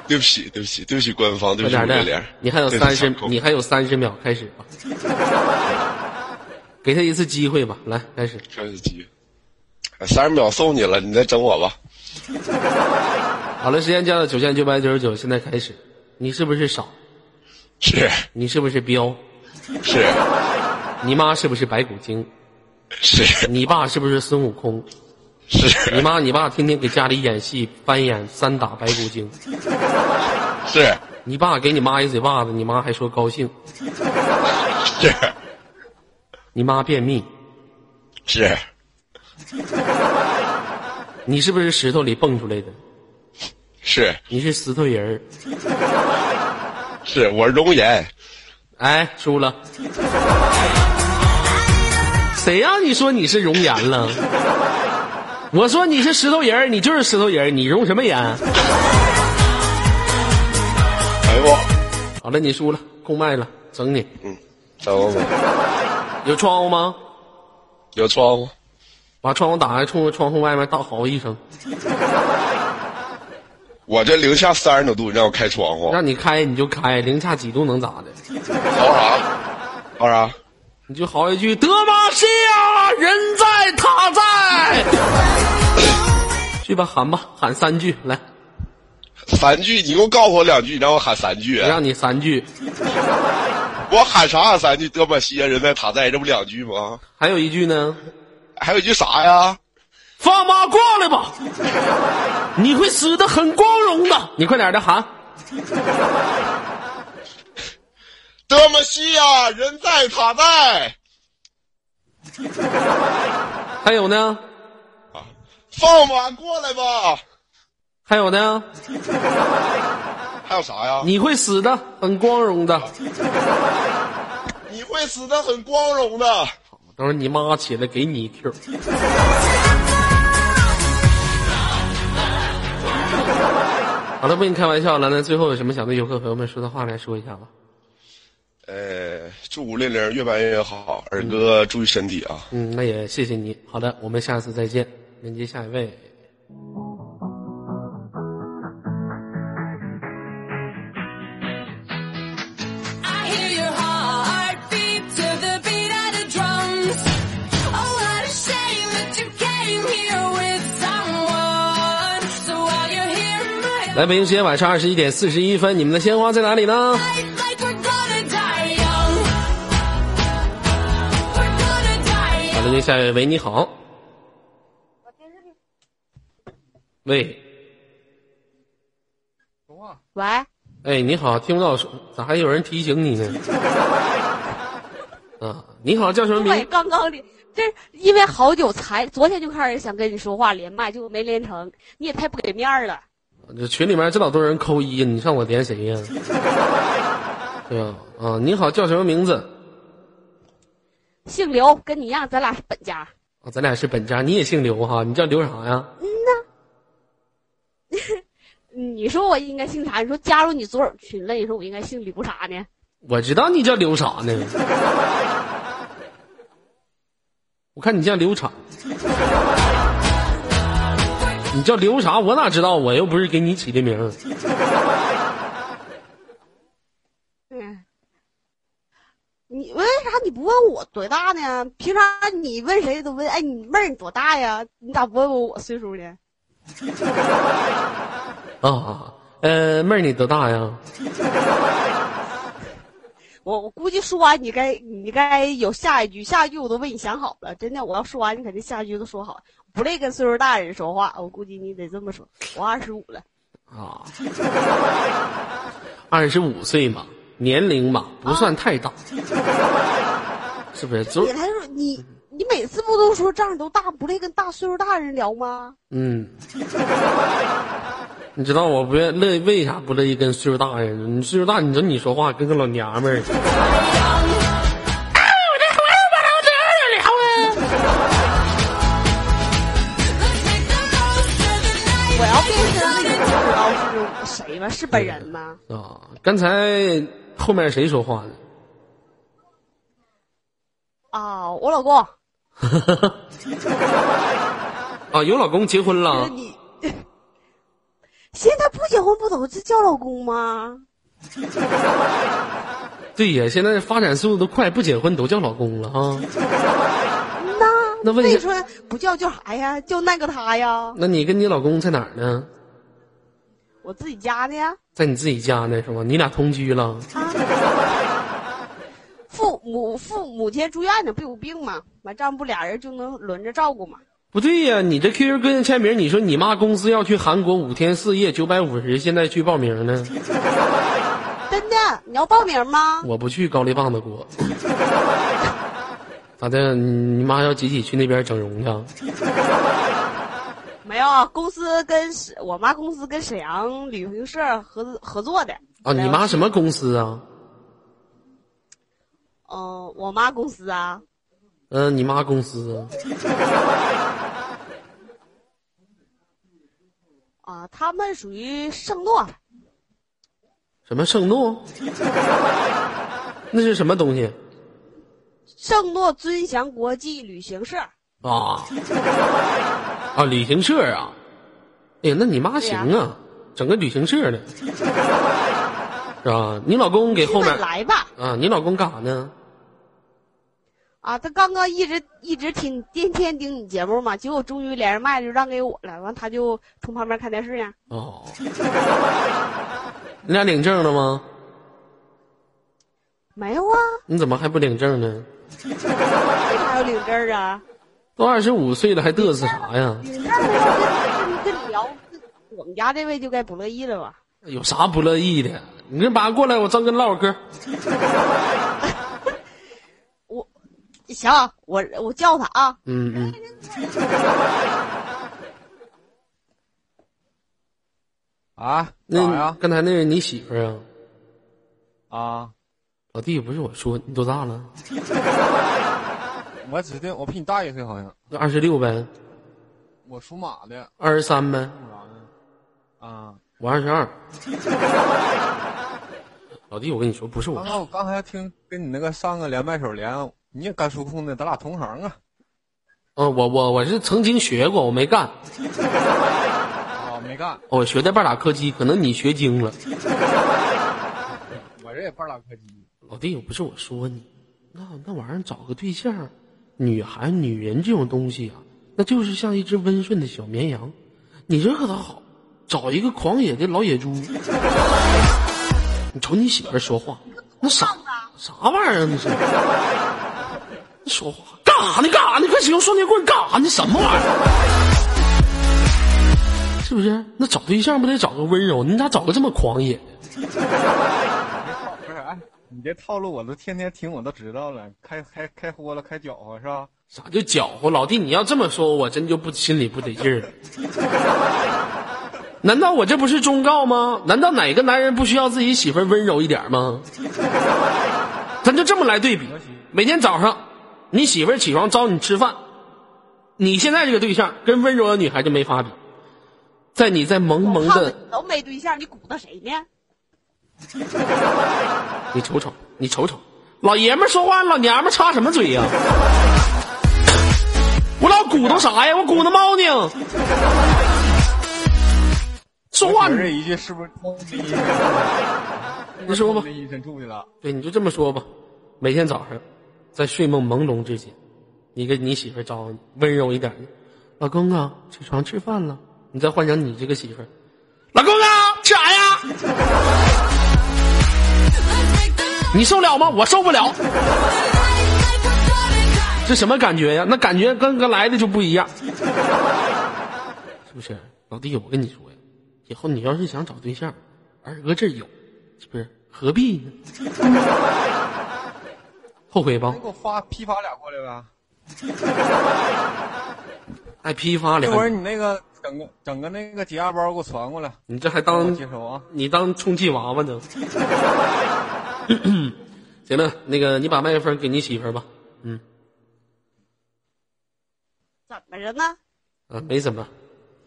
S6: 对不起，对不起，对不起，官方，
S1: 快
S6: 对不起，
S1: 点
S6: 我
S1: 的
S6: 这脸，，
S1: 你还有
S6: 对不
S1: 三
S6: 起
S1: 十
S6: 场，控
S1: 你还有三十秒，开始吧，给他一次机会吧，来开始，
S6: 这是鸡，哎三十秒送你了，你再整我吧。
S1: 好了，时间降到九千九百九十九，现在开始，你是不是傻？
S6: 是
S1: 你是不是彪？
S6: 是
S1: 你妈是不是白骨精？
S6: 是
S1: 你爸是不是孙悟空？
S6: 是
S1: 你妈你爸天天给家里演戏，扮演三打白骨精。
S6: 是
S1: 你爸给你妈一嘴巴子，你妈还说高兴。
S6: 是
S1: 你妈便秘，
S6: 是
S1: 你是不是石头里蹦出来的？
S6: 是
S1: 你是石头人儿。
S6: 是，我是容颜，
S1: 哎，输了。谁让你说你是容颜了？我说你是石头人儿，你就是石头人儿，你容什么颜？
S6: 哎我，
S1: 好了，你输了，控麦了，整你。
S6: 嗯等我吧，
S1: 有窗户吗？
S6: 有窗户，
S1: 把窗户打开，冲着窗户外面大嚎一声，
S6: 我这零下三十多度，你让我开窗户，
S1: 让你开你就开，零下几度能咋的？
S6: 嚎啥？嚎啥？
S1: 你就嚎一句“德玛西亚，啊人在他在”，去吧，喊吧，喊三句来，
S6: 三句，你给我告诉我两句，你让我喊三句
S1: 我，让你三句。
S6: 我喊啥喊三句？德玛西亚人在塔在，这不两句吗？
S1: 还有一句呢，
S6: 还有一句啥呀？
S1: 放马过来吧，你会死的很光荣的。你快点的喊，
S6: 德玛西亚人在塔在，
S1: 还有呢，
S6: 放马过来吧。
S1: 还有呢，
S6: 还有啥呀？
S1: 你会死的很光荣的。
S6: 你会死的很光荣的。
S1: 等会儿你妈起来给你一 Q。好了，不跟你开玩笑了。那最后有什么想对游客朋友们说的话来说一下吧。
S6: 呃，祝五六零越办越好，二哥注意身体啊。
S1: 嗯，那也谢谢你。好的，我们下次再见。连接下一位，
S3: I hear your heartbeat to the beat of the drums. Oh, what a shame that you came here with someone. So while you're here in my
S1: 来北京时间晚上二十一点四十一分，你们的鲜花在哪里呢？
S3: life, like we're gonna die young. We're gonna die
S1: 好
S3: young.
S1: 的，接下一位，喂，你好。喂，
S7: 喂，
S1: 哎，你好，听不到我说，咋还有人提醒你呢？啊，你好，叫什么名
S7: 对，？刚刚连，这因为好久才昨天就开始想跟你说话连麦，就没连成，你也太不给面儿了。
S1: 这群里面这老多人扣一，你上我连谁呀？对吧？啊，你好，叫什么名字？
S7: 姓刘，跟你一样，咱俩是本家。
S1: 啊，咱俩是本家，你也姓刘哈？你叫刘啥呀？
S7: 嗯你说我应该姓啥？你说加入你左耳群了，你说我应该姓刘啥呢？
S1: 我知道你叫刘啥呢？我看你叫刘产，你叫刘啥？我哪知道？我又不是给你起的名儿。
S7: 嗯，你为啥你不问我多大呢？平常你问谁都问，哎，你妹儿你多大呀？你咋不问问我岁数呢？
S1: 啊，呃，妹儿，你多大呀？
S7: 我我估计说完你该你该有下一句，下一句我都为你想好了，真的，我要说完你肯定下一句都说好，不累跟岁数大人说话，我估计你得这么说，我二十五了，
S1: 啊，二十五岁嘛，年龄嘛不算太大，是不是？昨
S7: 你还说你你每次不都说这样都大不累跟大岁数大人聊吗？
S1: 嗯，你知道我不愿乐，为啥不乐意跟岁数大人？你岁数大，你说你说话跟个老娘们儿。
S7: 谁吗？是本人吗？
S1: 啊，刚才后面谁说话呢？
S7: 啊，我老公，
S1: 啊，有老公结婚
S7: 就是
S1: 了，
S7: 你，现在不结婚不都是叫老公吗？
S1: 对呀，现在发展速度快，不结婚都叫老公了啊。
S7: 那
S1: 那问一下
S7: 你说不叫叫啥呀？叫那个他呀？
S1: 那你跟你老公在哪儿呢？
S7: 我自己家的呀，
S1: 在你自己家呢是吧？你俩同居了？
S7: 父母父母亲住院呢，不有病吗？完这样不俩人就能轮着照顾吗？
S1: 不对呀，你这 QQ 个人签名，你说你妈公司要去韩国五天四夜，九百五十，现在去报名呢，
S7: 真的，你要报名吗？
S1: 我不去高丽棒子国。 咋的？你妈要集体去那边整容去啊？
S7: 没有，公司跟沈我妈公司跟沈阳旅行社合合作的。
S1: 啊，你妈什么公司啊？
S7: 嗯、我妈公司啊，
S1: 嗯、你妈公司啊？
S7: 啊，他们属于圣诺，
S1: 什么圣 诺？那是什么东西
S7: 圣诺尊祥国际旅行社。
S1: 啊？啊，旅行社啊？哎呀，那你妈行
S7: 对
S1: 啊，整个旅行社呢？啊，你老公给后
S7: 你
S1: 面
S7: 们来吧，
S1: 啊？你老公干啥呢？
S7: 啊，他刚刚一直一直听天天听你节目嘛，结果终于连着麦就让给我了，完他就从旁边看电视呢。
S1: 哦，你俩领证了吗？
S7: 没有啊，
S1: 你怎么还不领证呢？
S7: 为啥要领证儿啊？
S1: 都二十五岁了还嘚瑟啥呀？
S7: 领证儿没有跟跟跟你聊，我们家这位就该不乐意了吧？
S1: 有啥不乐意的？你这把过来，我正跟唠嗑。
S7: 行，我我叫他啊。
S1: 嗯嗯，
S8: 啊，
S1: 那
S8: 哪儿啊？
S1: 刚才那是你媳妇儿啊？
S8: 啊，
S1: 老弟，不是我说，你多大了？
S8: 我指定我比你大一岁，好像
S1: 二十六呗，
S8: 我属马的
S1: 二十三呗，
S8: 啊。
S1: 我二十 二。老弟，我跟你说，不是我
S8: 刚，才我刚才听跟你那个上个连麦手连，你也干数控的，咱俩同行啊。
S1: 嗯，我我我是曾经学过，我没干，哦
S8: 啊，没干，
S1: 我学的半拉柯基，可能你学精了。
S8: 我这也半拉柯基。
S1: 老弟，我不是我说你，那那玩意儿找个对象，女孩、女人这种东西啊，那就是像一只温顺的小绵羊。你这可倒好，找一个狂野的老野猪。 你瞅你媳妇儿说话，那啥啥玩意儿啊？那 是，那说话干啥呢？干啥呢？快使用双截棍干啥呢？什么玩意儿？ 是不是？那找对象不得找个温柔？你咋找个这么狂野的？
S8: 不是，哎，你这套路我都天天听，我都知道了。开开开豁了，开搅和是吧？
S1: 啥叫搅和？老弟，你要这么说，我真就不心里不得劲儿了。难道我这不是忠告吗？难道哪个男人不需要自己媳妇儿温柔一点吗？咱就这么来对比，每天早上，你媳妇儿起床招你吃饭，你现在这个对象跟温柔的女孩就没法比，在你在萌萌
S7: 我胖子
S1: 的，
S7: 你都没对象，你鼓捣谁呢？
S1: 你瞅瞅，你瞅瞅，老爷们儿说话，老娘们儿插什么嘴呀、我老鼓捣啥呀？我鼓捣猫呢？说话
S8: 我
S1: 你
S8: 这一句是不是通的医生？
S1: 你说吧
S8: 通的医生住去了。
S1: 对，你就这么说吧。每天早上，在睡梦朦胧之间，你跟你媳妇儿招你温柔一点的，老公啊，起床吃饭了。你再换成你这个媳妇儿，老公啊，吃啥呀？你受了吗？我受不了。这什么感觉呀？那感觉跟刚来的就不一样，是不 是？老弟，我跟你说呀，以后你要是想找对象，二哥这儿有，是不是？何必呢？ 后悔吧
S8: 你？给我发批发俩过来呗。
S1: 爱批发
S8: 一
S1: 两
S8: 会儿你那个整个整个那个解压包给我传过来，
S1: 你这还
S8: 我
S1: 当
S8: 接收啊。
S1: 你当充气娃娃呢？ 行了，那个你把麦克风给你媳妇儿吧。嗯
S7: 怎么着呢？
S1: 啊，没什么。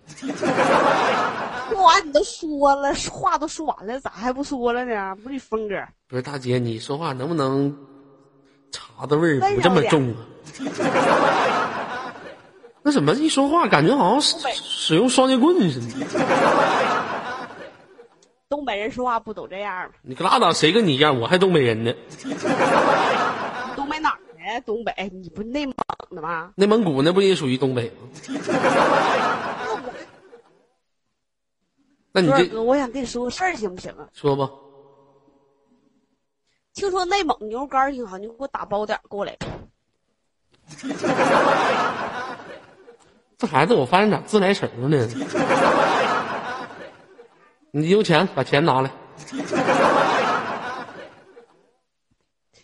S7: 说完你都说了，话都说完了，咋还不说了呢？不是你峰哥，
S1: 不是大姐，你说话能不能茶的味儿
S7: 温
S1: 不
S7: 柔
S1: 这么
S7: 点
S1: 重啊？那怎么一说话感觉好像使使用双截棍似的？
S7: 东北人说话不都这样吗？
S1: 你可拉倒，谁跟你一样？我还东北人呢，
S7: 你东北哪儿的？东北，哎你不是内蒙的吗？
S1: 内蒙古那不也属于东 北吗？那你
S7: 多少
S1: 这
S7: 哥，我想跟你说个事儿，行不行啊？
S1: 说吧，
S7: 听说内蒙牛肉干儿挺好，你给我打包点儿过来。
S1: 这孩子我发现咋自来熟呢？ 你有钱把钱拿来，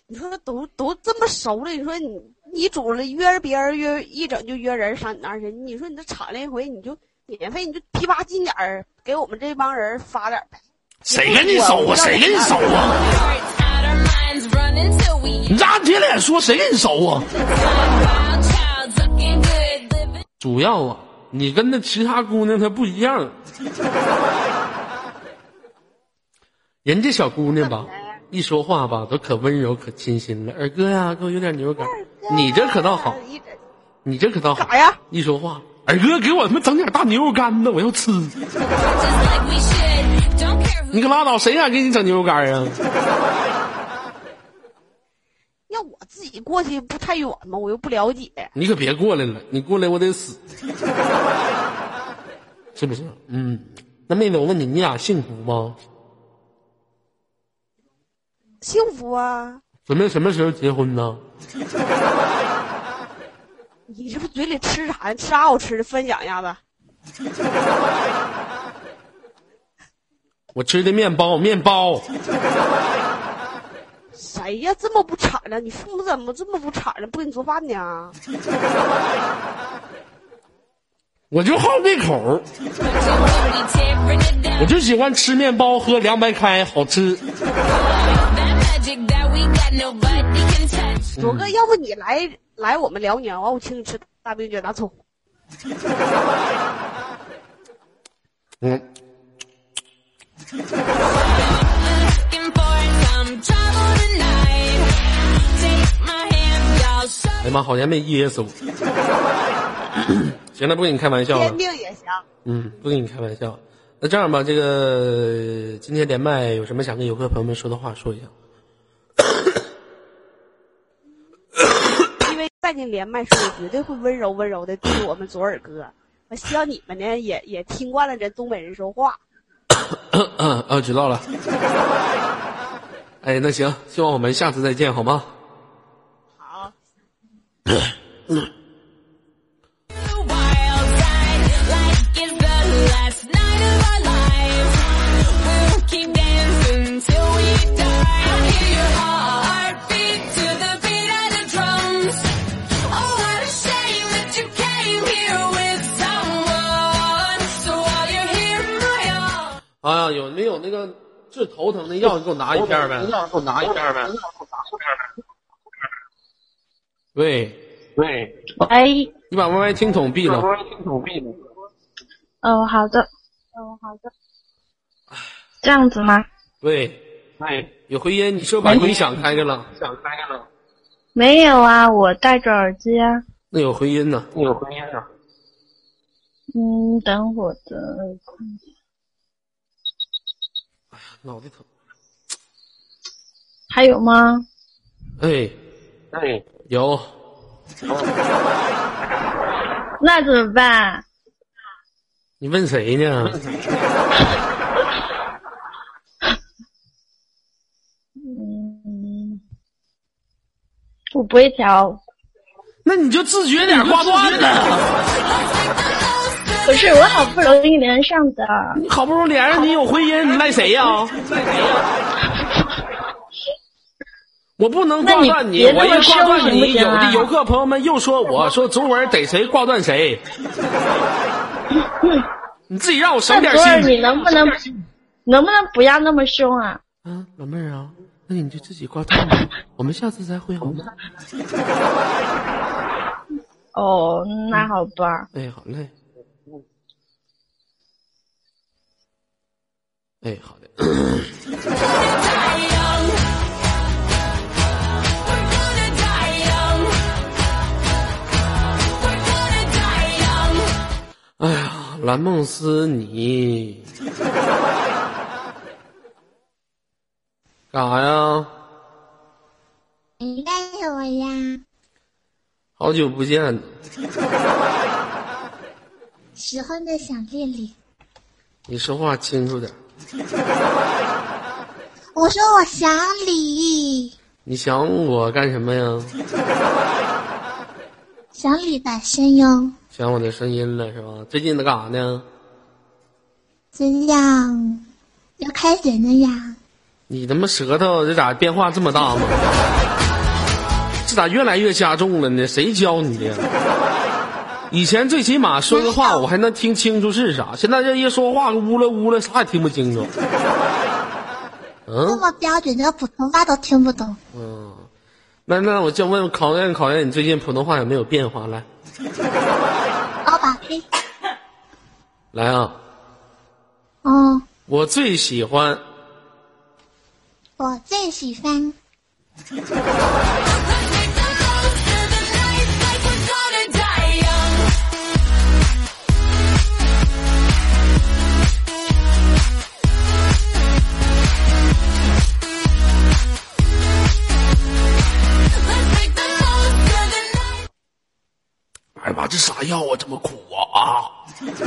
S7: 你说都都这么熟了，你说你你组织约别人约一整就约人上你那儿去，你说你这敞亮一回，你就免费你就批发进点儿给我们这帮人发点儿呗。
S1: 谁跟你熟啊？谁跟你熟啊？
S3: Hearts out our minds running till we
S1: 你咋铁脸说谁跟你熟啊？
S3: wild child's looking good living
S1: 主要啊，你跟那其他姑娘她不一样，人这小姑娘吧，
S7: 哎
S1: 一说话吧都可温柔可清新了。二哥呀、给我有点牛肉干儿。你这可倒好，
S7: 一整
S1: 你这可倒好
S7: 干啥呀？
S1: 一说话，二哥给我他妈整点大牛肉干子，我要吃。
S3: just like we should. Don't care who
S1: 你可拉倒，谁敢给你整牛肉干儿啊？
S7: 要我自己过去不太远吗？我又不了解。
S1: 你可别过来了，你过来我得死，是不是？嗯，那妹子，我问你，你俩幸福吗？
S7: 幸福啊！
S1: 准备什么时候结婚呢？
S7: 你这不嘴里吃啥？吃啥好吃的？分享一下子。
S1: 我吃的面包，面包。
S7: 谁呀？这么不敞亮？你父母怎么这么不敞亮？不给你做饭呢？
S1: 我就好这口儿，
S3: we tearing it down.
S1: 我就喜欢吃面包，喝凉白开，好吃。
S3: That magic that we got, nobody can touch.
S7: 左哥，要不你来来我们辽宁，完我请你吃大冰卷大葱。
S1: 嗯，
S3: Looking for some trouble tonight. Take my hand, y'all. So
S1: 哎呀妈，好像没噎死我。 行了，不跟你开玩笑
S7: 煎
S1: 了。
S7: 饼也行。
S1: 嗯，不跟你开玩笑。那这样吧，这个今天连麦有什么想跟游客朋友们说的话，说一下。
S7: 因为再跟连麦说，绝对会温柔温柔的对我们左耳哥。我希望你们呢也也听惯了这东北人说话。
S1: 嗯，啊，知道了。 哎，那行，希望我们下次再见，好吗？
S7: 好，
S3: wild ride, like it's the last night of our lives. We'll keep dancing till we die. I hear your heartbeat to the beat of the drums. Oh, what a shame that you came here with someone. So while you're here, my all.
S1: 啊，有没有那个治头疼的药？你给我拿一片儿呗。药给我拿一片呗。喂，
S9: 喂，
S2: 喂，
S1: 你把 Y Y 听筒闭了。
S9: 听筒闭了。
S2: 哦，好的，哦，好的，这样子吗？
S1: 喂，
S9: 喂，
S1: 有回音，你是不是把音响哎开着了？
S9: 想开了。
S2: 没有啊，我戴着耳机啊。
S1: 那有回音呢。
S9: 有回音啊？
S2: 嗯，等我的，
S1: 脑袋疼。
S2: 还有吗？
S1: 哎，
S9: 哎，
S1: 有，
S2: 那怎么办？
S1: 你问谁呢？
S2: 嗯，我不会调。
S1: 那你就自觉点挂断了。
S2: 不是，我好不容易连上的。
S1: 你好不容易连上，你有回音，你赖谁呀？赖谁呀？我不能挂断你，
S2: 那你别
S1: 我
S2: 那么
S1: 一挂
S2: 凶
S1: 断你，有
S2: 行不行啊
S1: 的游客朋友们又说我说昨晚逮谁挂断谁，你自己让我省
S2: 那
S1: 点
S2: 左耳，
S1: 心。
S2: 你能不能能不能不要那么凶啊？
S1: 啊，老妹儿啊，那你就自己挂断吧，我们下次再会好吗？
S2: 哦，那好吧。
S1: 哎，好嘞。哎，好的。
S3: Die young. We're gonna die young. We're gonna die young.
S1: 哎呀，蓝梦思，你 干啥呀？
S2: 你干什么呀？
S1: 好久不见呢，
S2: 喜欢的小丽丽，
S1: 你说话清楚点儿。
S2: 我说我想你，
S1: 你想我干什么呀？
S2: 想你的声优，
S1: 想我的声音了是吧？最近在干啥呢？
S2: 怎样？要开学了呀？
S1: 你他妈舌头这咋变化这么大吗？这咋越来越加重了呢？谁教你的呀？以前最起码说个话我还能听清楚是啥，现在这一说话呜了呜了，啥也听不清楚。
S2: 这
S1: 嗯，
S2: 么标准的普通话都听不懂，
S1: 那那我就问考验考验你最近普通话有没有变化？来
S2: 奥巴黑。
S1: 来啊，
S2: 哦，
S1: 我最喜欢
S2: 我最喜欢
S3: Let's make the most of the night like we're gonna die young.
S1: 哎呀妈，这啥药啊？这么苦啊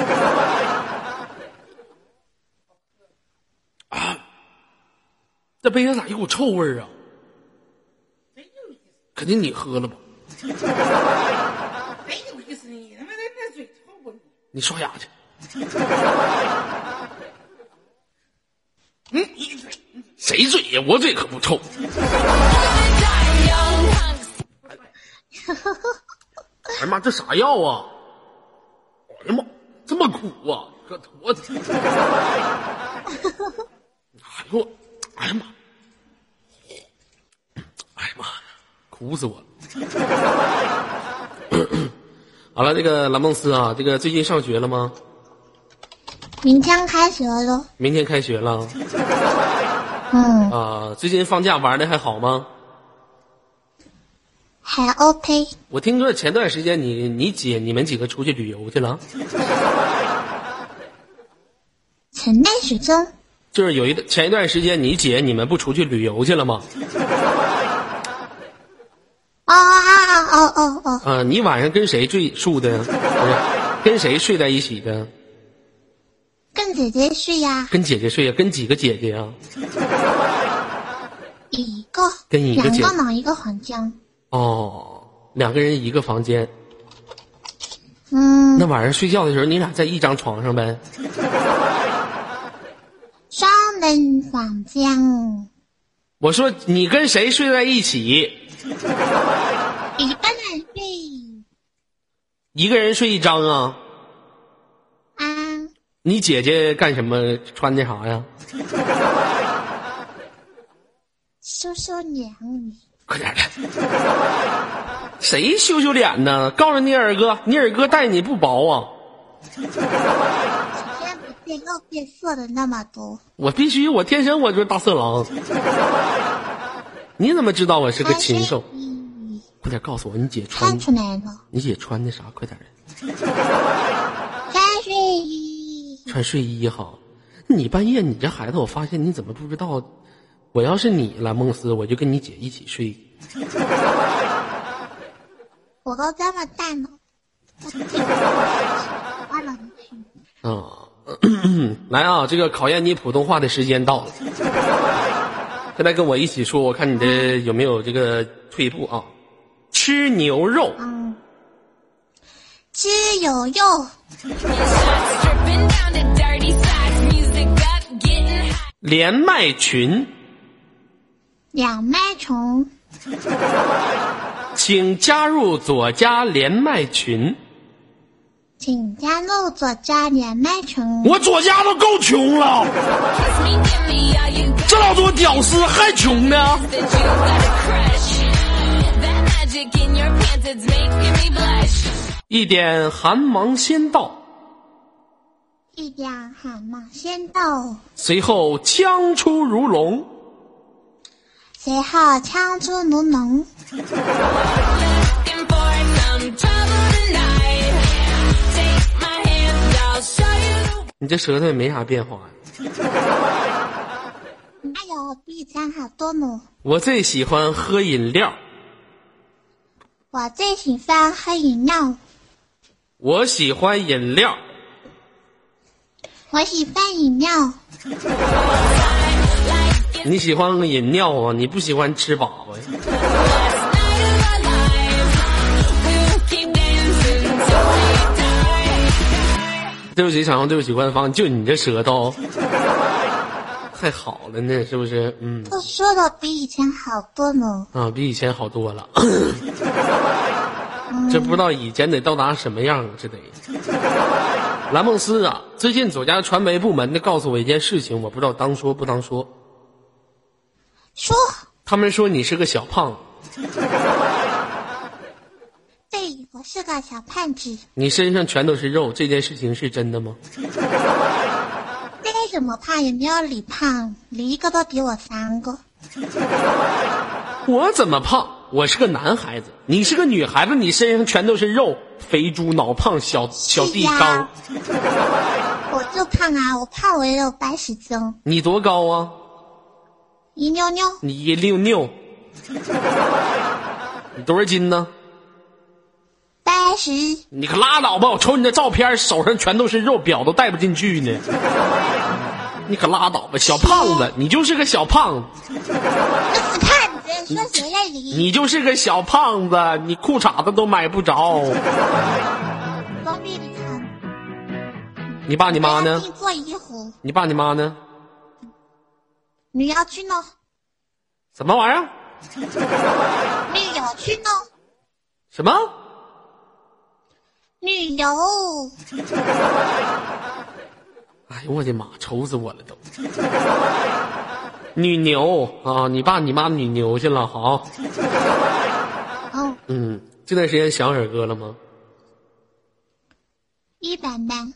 S1: 啊！啊！这杯子咋一股臭味儿啊？肯定你喝了吧？
S10: 贼有意思，你他妈的那嘴臭啊！
S1: 你刷牙 去。嗯，你谁嘴呀？我嘴可不臭。哎呀妈，这啥药啊？哎呀妈，这么苦啊！可我，哎呦我，哎呀妈，哎呀妈，苦死我了。 好了，这个蓝梦思啊，这个最近上学了吗？
S2: 明天开学了。
S1: 明天开学了
S2: 嗯，
S1: 啊、最近放假玩的还好吗？
S2: 还 OK。
S1: 我听说前段时间你你姐你们几个出去旅游去了，
S2: 前段时间
S1: 就是有一段前一段时间你姐你们不出去旅游去了吗？
S2: 哦啊哦哦哦，
S1: 啊、你晚上跟谁睡住的？不是，跟谁睡在一起的？
S2: 跟姐姐睡呀，
S1: 跟姐姐睡啊呀？跟几个姐姐啊呀？
S2: 一个
S1: 跟一个
S2: 两
S1: 姐
S2: 个呢，一个黄江。
S1: 哦，两个人一个房间。
S2: 嗯，
S1: 那晚上睡觉的时候，你俩在一张床上呗？
S2: 双人房间，
S1: 我说你跟谁睡在一起？
S2: 一个人睡
S1: 一个人睡一张啊？
S2: 啊，
S1: 你姐姐干什么？穿的啥呀？
S2: 羞羞脸你。
S1: 快点的！谁羞羞脸呢？告诉你二哥，你二哥待你不薄啊！
S2: 昨天不见又变色的那么多，
S1: 我必须，我天生我就是大色狼。 你怎么知道我是个禽兽？
S2: 嗯
S1: 快点告诉我，你姐穿
S2: 看，出来了，
S1: 你姐穿的啥？快点的，
S2: 穿睡衣，
S1: 穿睡衣哈。你半夜你这孩子，我发现你怎么不知道？我要是你蓝梦思，我就跟你姐一起睡。
S2: 我都这么大了，我这个完了去，
S1: 啊、 来啊，这个考验你普通话的时间到了。现在跟我一起说，我看你的有没有这个退步啊？吃牛肉，
S2: 嗯，吃有肉，
S3: Stripping down to dirty socks, music up, getting high.
S1: 连麦群，
S2: 两麦虫，
S1: 请加入左家连麦群。
S2: 请加入左家连麦虫。
S1: 我左家都够穷了，
S3: Kiss me, give me all you got
S1: 这老多屌丝还穷呢。
S3: that you got a crush. That magic in your pants, it's making me blush.
S1: 一点寒芒先到，
S2: 一家好冒先斗，
S1: 随后枪出如龙，
S2: 随后枪出如龙，
S3: Looking for some trouble tonight. Take my hand, I'll show you the
S1: 你这舌头也没啥变化呀。
S2: 哎呦，比以前好多呢。
S1: 我最喜欢喝饮料，
S2: 我最喜欢喝饮料，
S1: 我喜欢饮料，
S2: 我喜欢饮料，
S1: 你喜欢饮料啊？你不喜欢吃啊粑粑呀？
S3: We'll keep dancing till we die.
S1: 对不起，厂商，对不起，官方，就你这舌头，太好了呢，是不是？嗯，
S2: 都说的比以前好多呢。
S1: 啊，比以前好多了。
S2: 嗯
S1: 这不知道以前得到达什么样，啊这得。蓝梦思啊，最近左家传媒部门的告诉我一件事情，我不知道当说不当说。
S2: 说
S1: 他们说你是个小胖子，
S2: 对我是个小胖子，
S1: 你身上全都是肉，这件事情是真的吗？
S2: 再怎么胖也没有你胖，你一个都比我三个。
S1: 我怎么胖？我是个男孩子，你是个女孩子，你身上全都是肉，肥猪脑胖小小
S2: 是
S1: 地
S2: 哎呀
S1: 缸，
S2: 我就胖啊，我胖我也有八十斤，
S1: 你多高啊？
S2: 一妞妞
S1: 你一六六，你多少斤呢？
S2: 八十，
S1: 你可拉倒吧！我瞅你这照片，手上全都是肉，表都带不进去呢。你可拉倒吧，小胖子，你就是个小胖子，
S2: 死胖子，说谁呀你？
S1: 你就是个小胖子，你裤衩子都买不着。
S2: 我比你胖，
S1: 你爸你嗯妈呢
S2: 我要？定做衣服，
S1: 你爸你妈呢？
S2: 你要去弄，
S1: 什么玩意儿？
S2: 旅游去弄，
S1: 什么？
S2: 旅游，
S1: 哎呦我的妈，愁死我了都！女牛啊，你爸你妈女牛去了，好。
S2: 哦，
S1: 嗯，这段时间想二哥了吗？
S2: 一百万，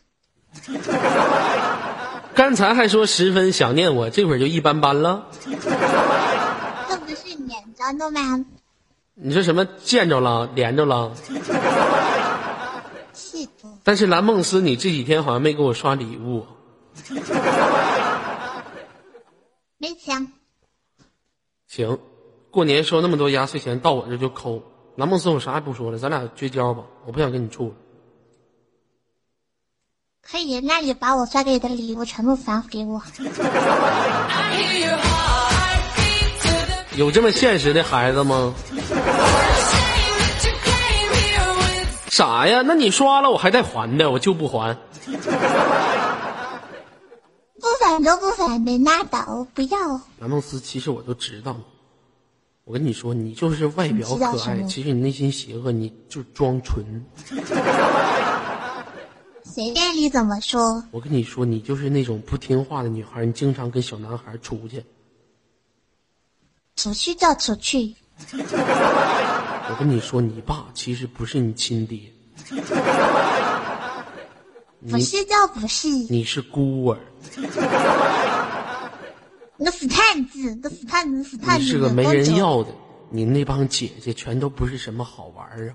S1: 刚才还说十分想念我，这会儿就一般般了。
S2: 这不是撵着的吗？
S1: 你说什么见着了，连着了？
S2: 是的，
S1: 但是蓝梦思，你这几天好像没给我刷礼物，
S2: 没钱，
S1: 行，过年收那么多压岁钱到我这就抠。蓝梦思，我啥也不说了，咱俩绝交吧，我不想跟你处了。
S2: 可以，那你把我刷给你的礼物全部返给我。
S3: I hear your heartbeat to the
S1: 有这么现实的孩子吗？
S3: shame that you came here with.
S1: 傻呀，那你刷了我还带还的，我就不还。
S2: 不返就不返呗，拉倒，不要。
S1: 蓝梦思，其实我都知道，我跟你说，你就是外表
S2: 你知道
S1: 可
S2: 什
S1: 爱，
S2: 么
S1: 其实你内心邪恶，你就装纯。
S2: 随便你怎么说，
S1: 我跟你说，你就是那种不听话的女孩，你经常跟小男孩出去。
S2: 出去就出去，
S1: 我跟你说，你爸其实不是你亲爹，
S2: 不是就不是。
S1: 你是孤儿，
S2: 你个死胖子，你个死胖子，死胖
S1: 你
S2: 子，
S1: 是个没
S2: 多
S1: 人
S2: 久。
S1: 要的。你那帮姐姐全都不是什么好玩 儿啊！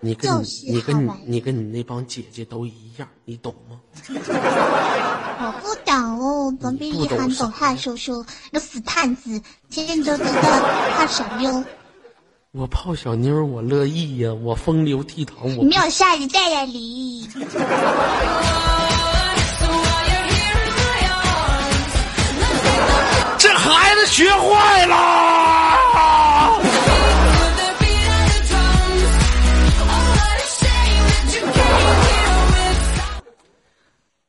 S1: 你跟你、
S2: 就是
S1: 你跟
S2: 好
S1: 你
S2: 玩
S1: 你跟你那帮姐姐都一样，你懂吗？
S2: 我不懂哦，我比
S1: 你不懂
S2: 你还
S1: 啥
S2: 懂汉叔叔，你个死胖子，天天都知道怕小妞，
S1: 我泡小妞儿我乐意呀、我风流倜傥，我
S2: 你没有下一代呀你。
S3: So while you're here in my arms,
S1: 这孩子学坏了。
S3: to the beat of the drums. Oh, what a shame that you came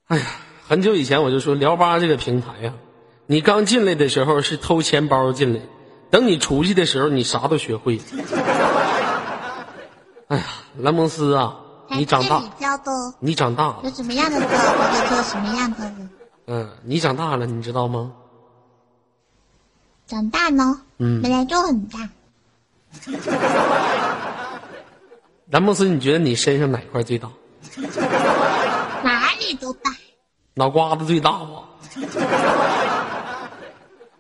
S3: here with.
S1: 很久以前我就说聊吧这个平台呀、你刚进来的时候是偷钱包进来，等你出去的时候你啥都学会了。哎呀，兰蒙斯啊，你长大
S2: 还是，比较多，
S1: 你长大了
S2: 有，什么样的狗，我就做什么样的人。
S1: 嗯，你长大了，你知道吗？
S2: 长大呢，
S1: 嗯
S2: 本来就很大，
S1: 兰蒙斯，你觉得你身上哪块最大？
S2: 力度大。
S1: 脑瓜子最大吧？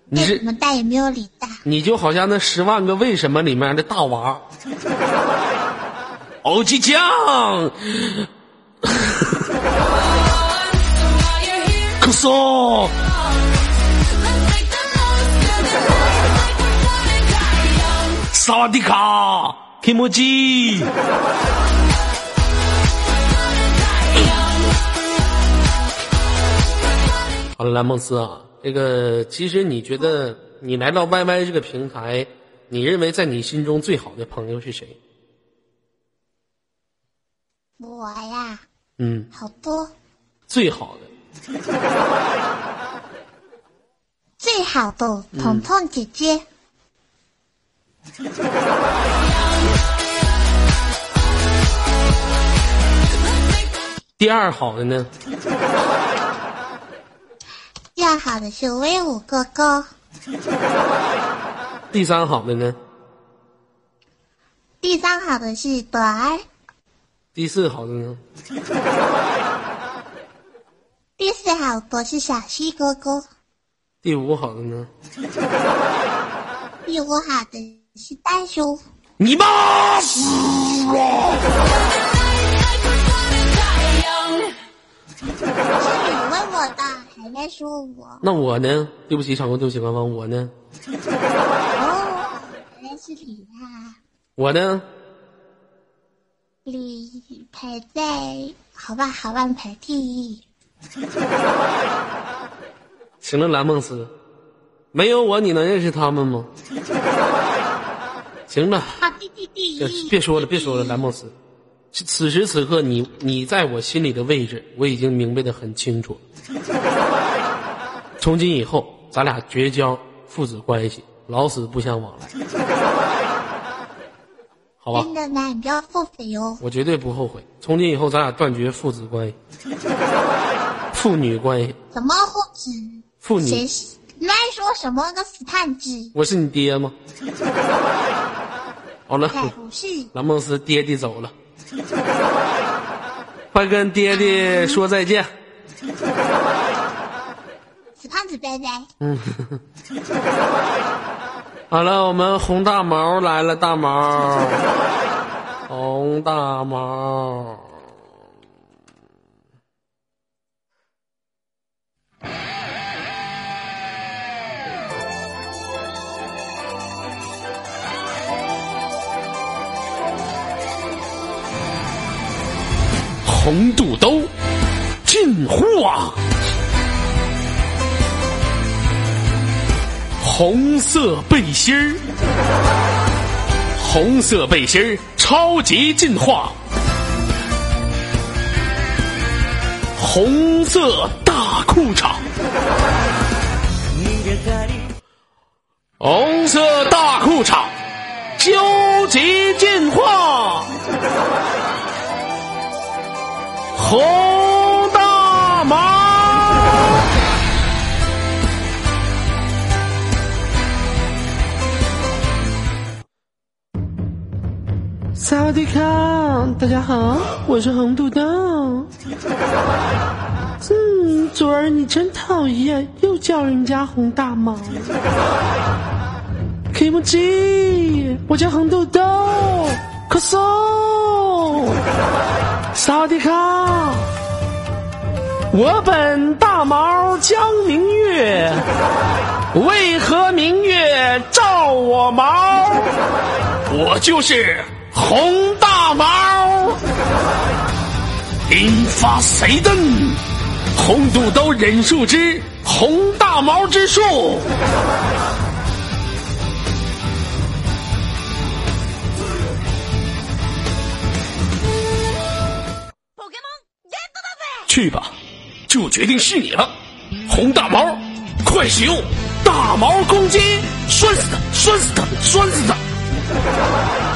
S1: 你
S2: 再
S1: 是
S2: 怎么大也没有理大。
S1: 你就好像那十万个为什么里面的大娃，哦枸杞酱，可颂，萨瓦迪卡，kimoji。好了，蓝梦思啊，这个其实你觉得你来到 YY 这个平台，你认为在你心中最好的朋友是谁？
S2: 我呀，
S1: 嗯，
S2: 好多
S1: 最好的
S2: 最好的
S1: 嗯
S2: 彤彤姐姐，
S1: 第二好的呢？
S2: 最好的是威武哥哥，
S1: 第三好的呢？
S2: 第三好的是朵儿，
S1: 第四好的呢？
S2: 第四好的是小西哥哥，
S1: 第五好的呢？
S2: 第五好的是袋鼠。
S1: 你妈死啊！
S2: 是你问我的，还在说我，
S1: 那我呢？对不起，场控，对不起，官方，我呢？
S2: 哦原来是你啊！
S1: 我呢？
S2: 你排在好吧，好吧，排第一。
S1: 行了，蓝梦思，没有我你能认识他们吗？行了。
S2: 啊，第第第
S1: 这
S2: 一，
S1: 别说了，别说了，蓝梦思，此此时此刻你你在我心里的位置，我已经明白的很清楚了。从今以后，咱俩绝交，父子关系，老死不相往来，好吧
S2: 真？的吗？你不要哦后悔哟。
S1: 我绝对不后悔。从今以后，咱俩断绝父子关系、父女关系、
S2: 什么护子？
S1: 父
S2: 谁
S1: 女。
S2: 是乱说什么个死胖子？
S1: 我是你爹吗？好了，
S2: 才哎不是！
S1: 蓝梦思爹爹走了，快跟爹爹说再见。
S2: 死胖子拜拜。
S1: 好了，我们红大毛来了，大毛，红大毛，红肚兜，进货啊！红色背心儿，红色背心儿超级进化，红色大裤衩，红色大裤衩，究极进化，红大毛。萨瓦迪卡，大家好，我是红土豆。嗯，左儿你真讨厌，又叫人家红大毛。Kimchi，我叫红土豆。可颂，萨瓦迪卡，我本大毛江明月，为何明月照我毛？我就是红大毛，引发谁登？红肚兜忍术之红大毛之术，去吧，就决定是你了，红大毛，快使用大毛攻击，拴死他，拴死他，拴死他！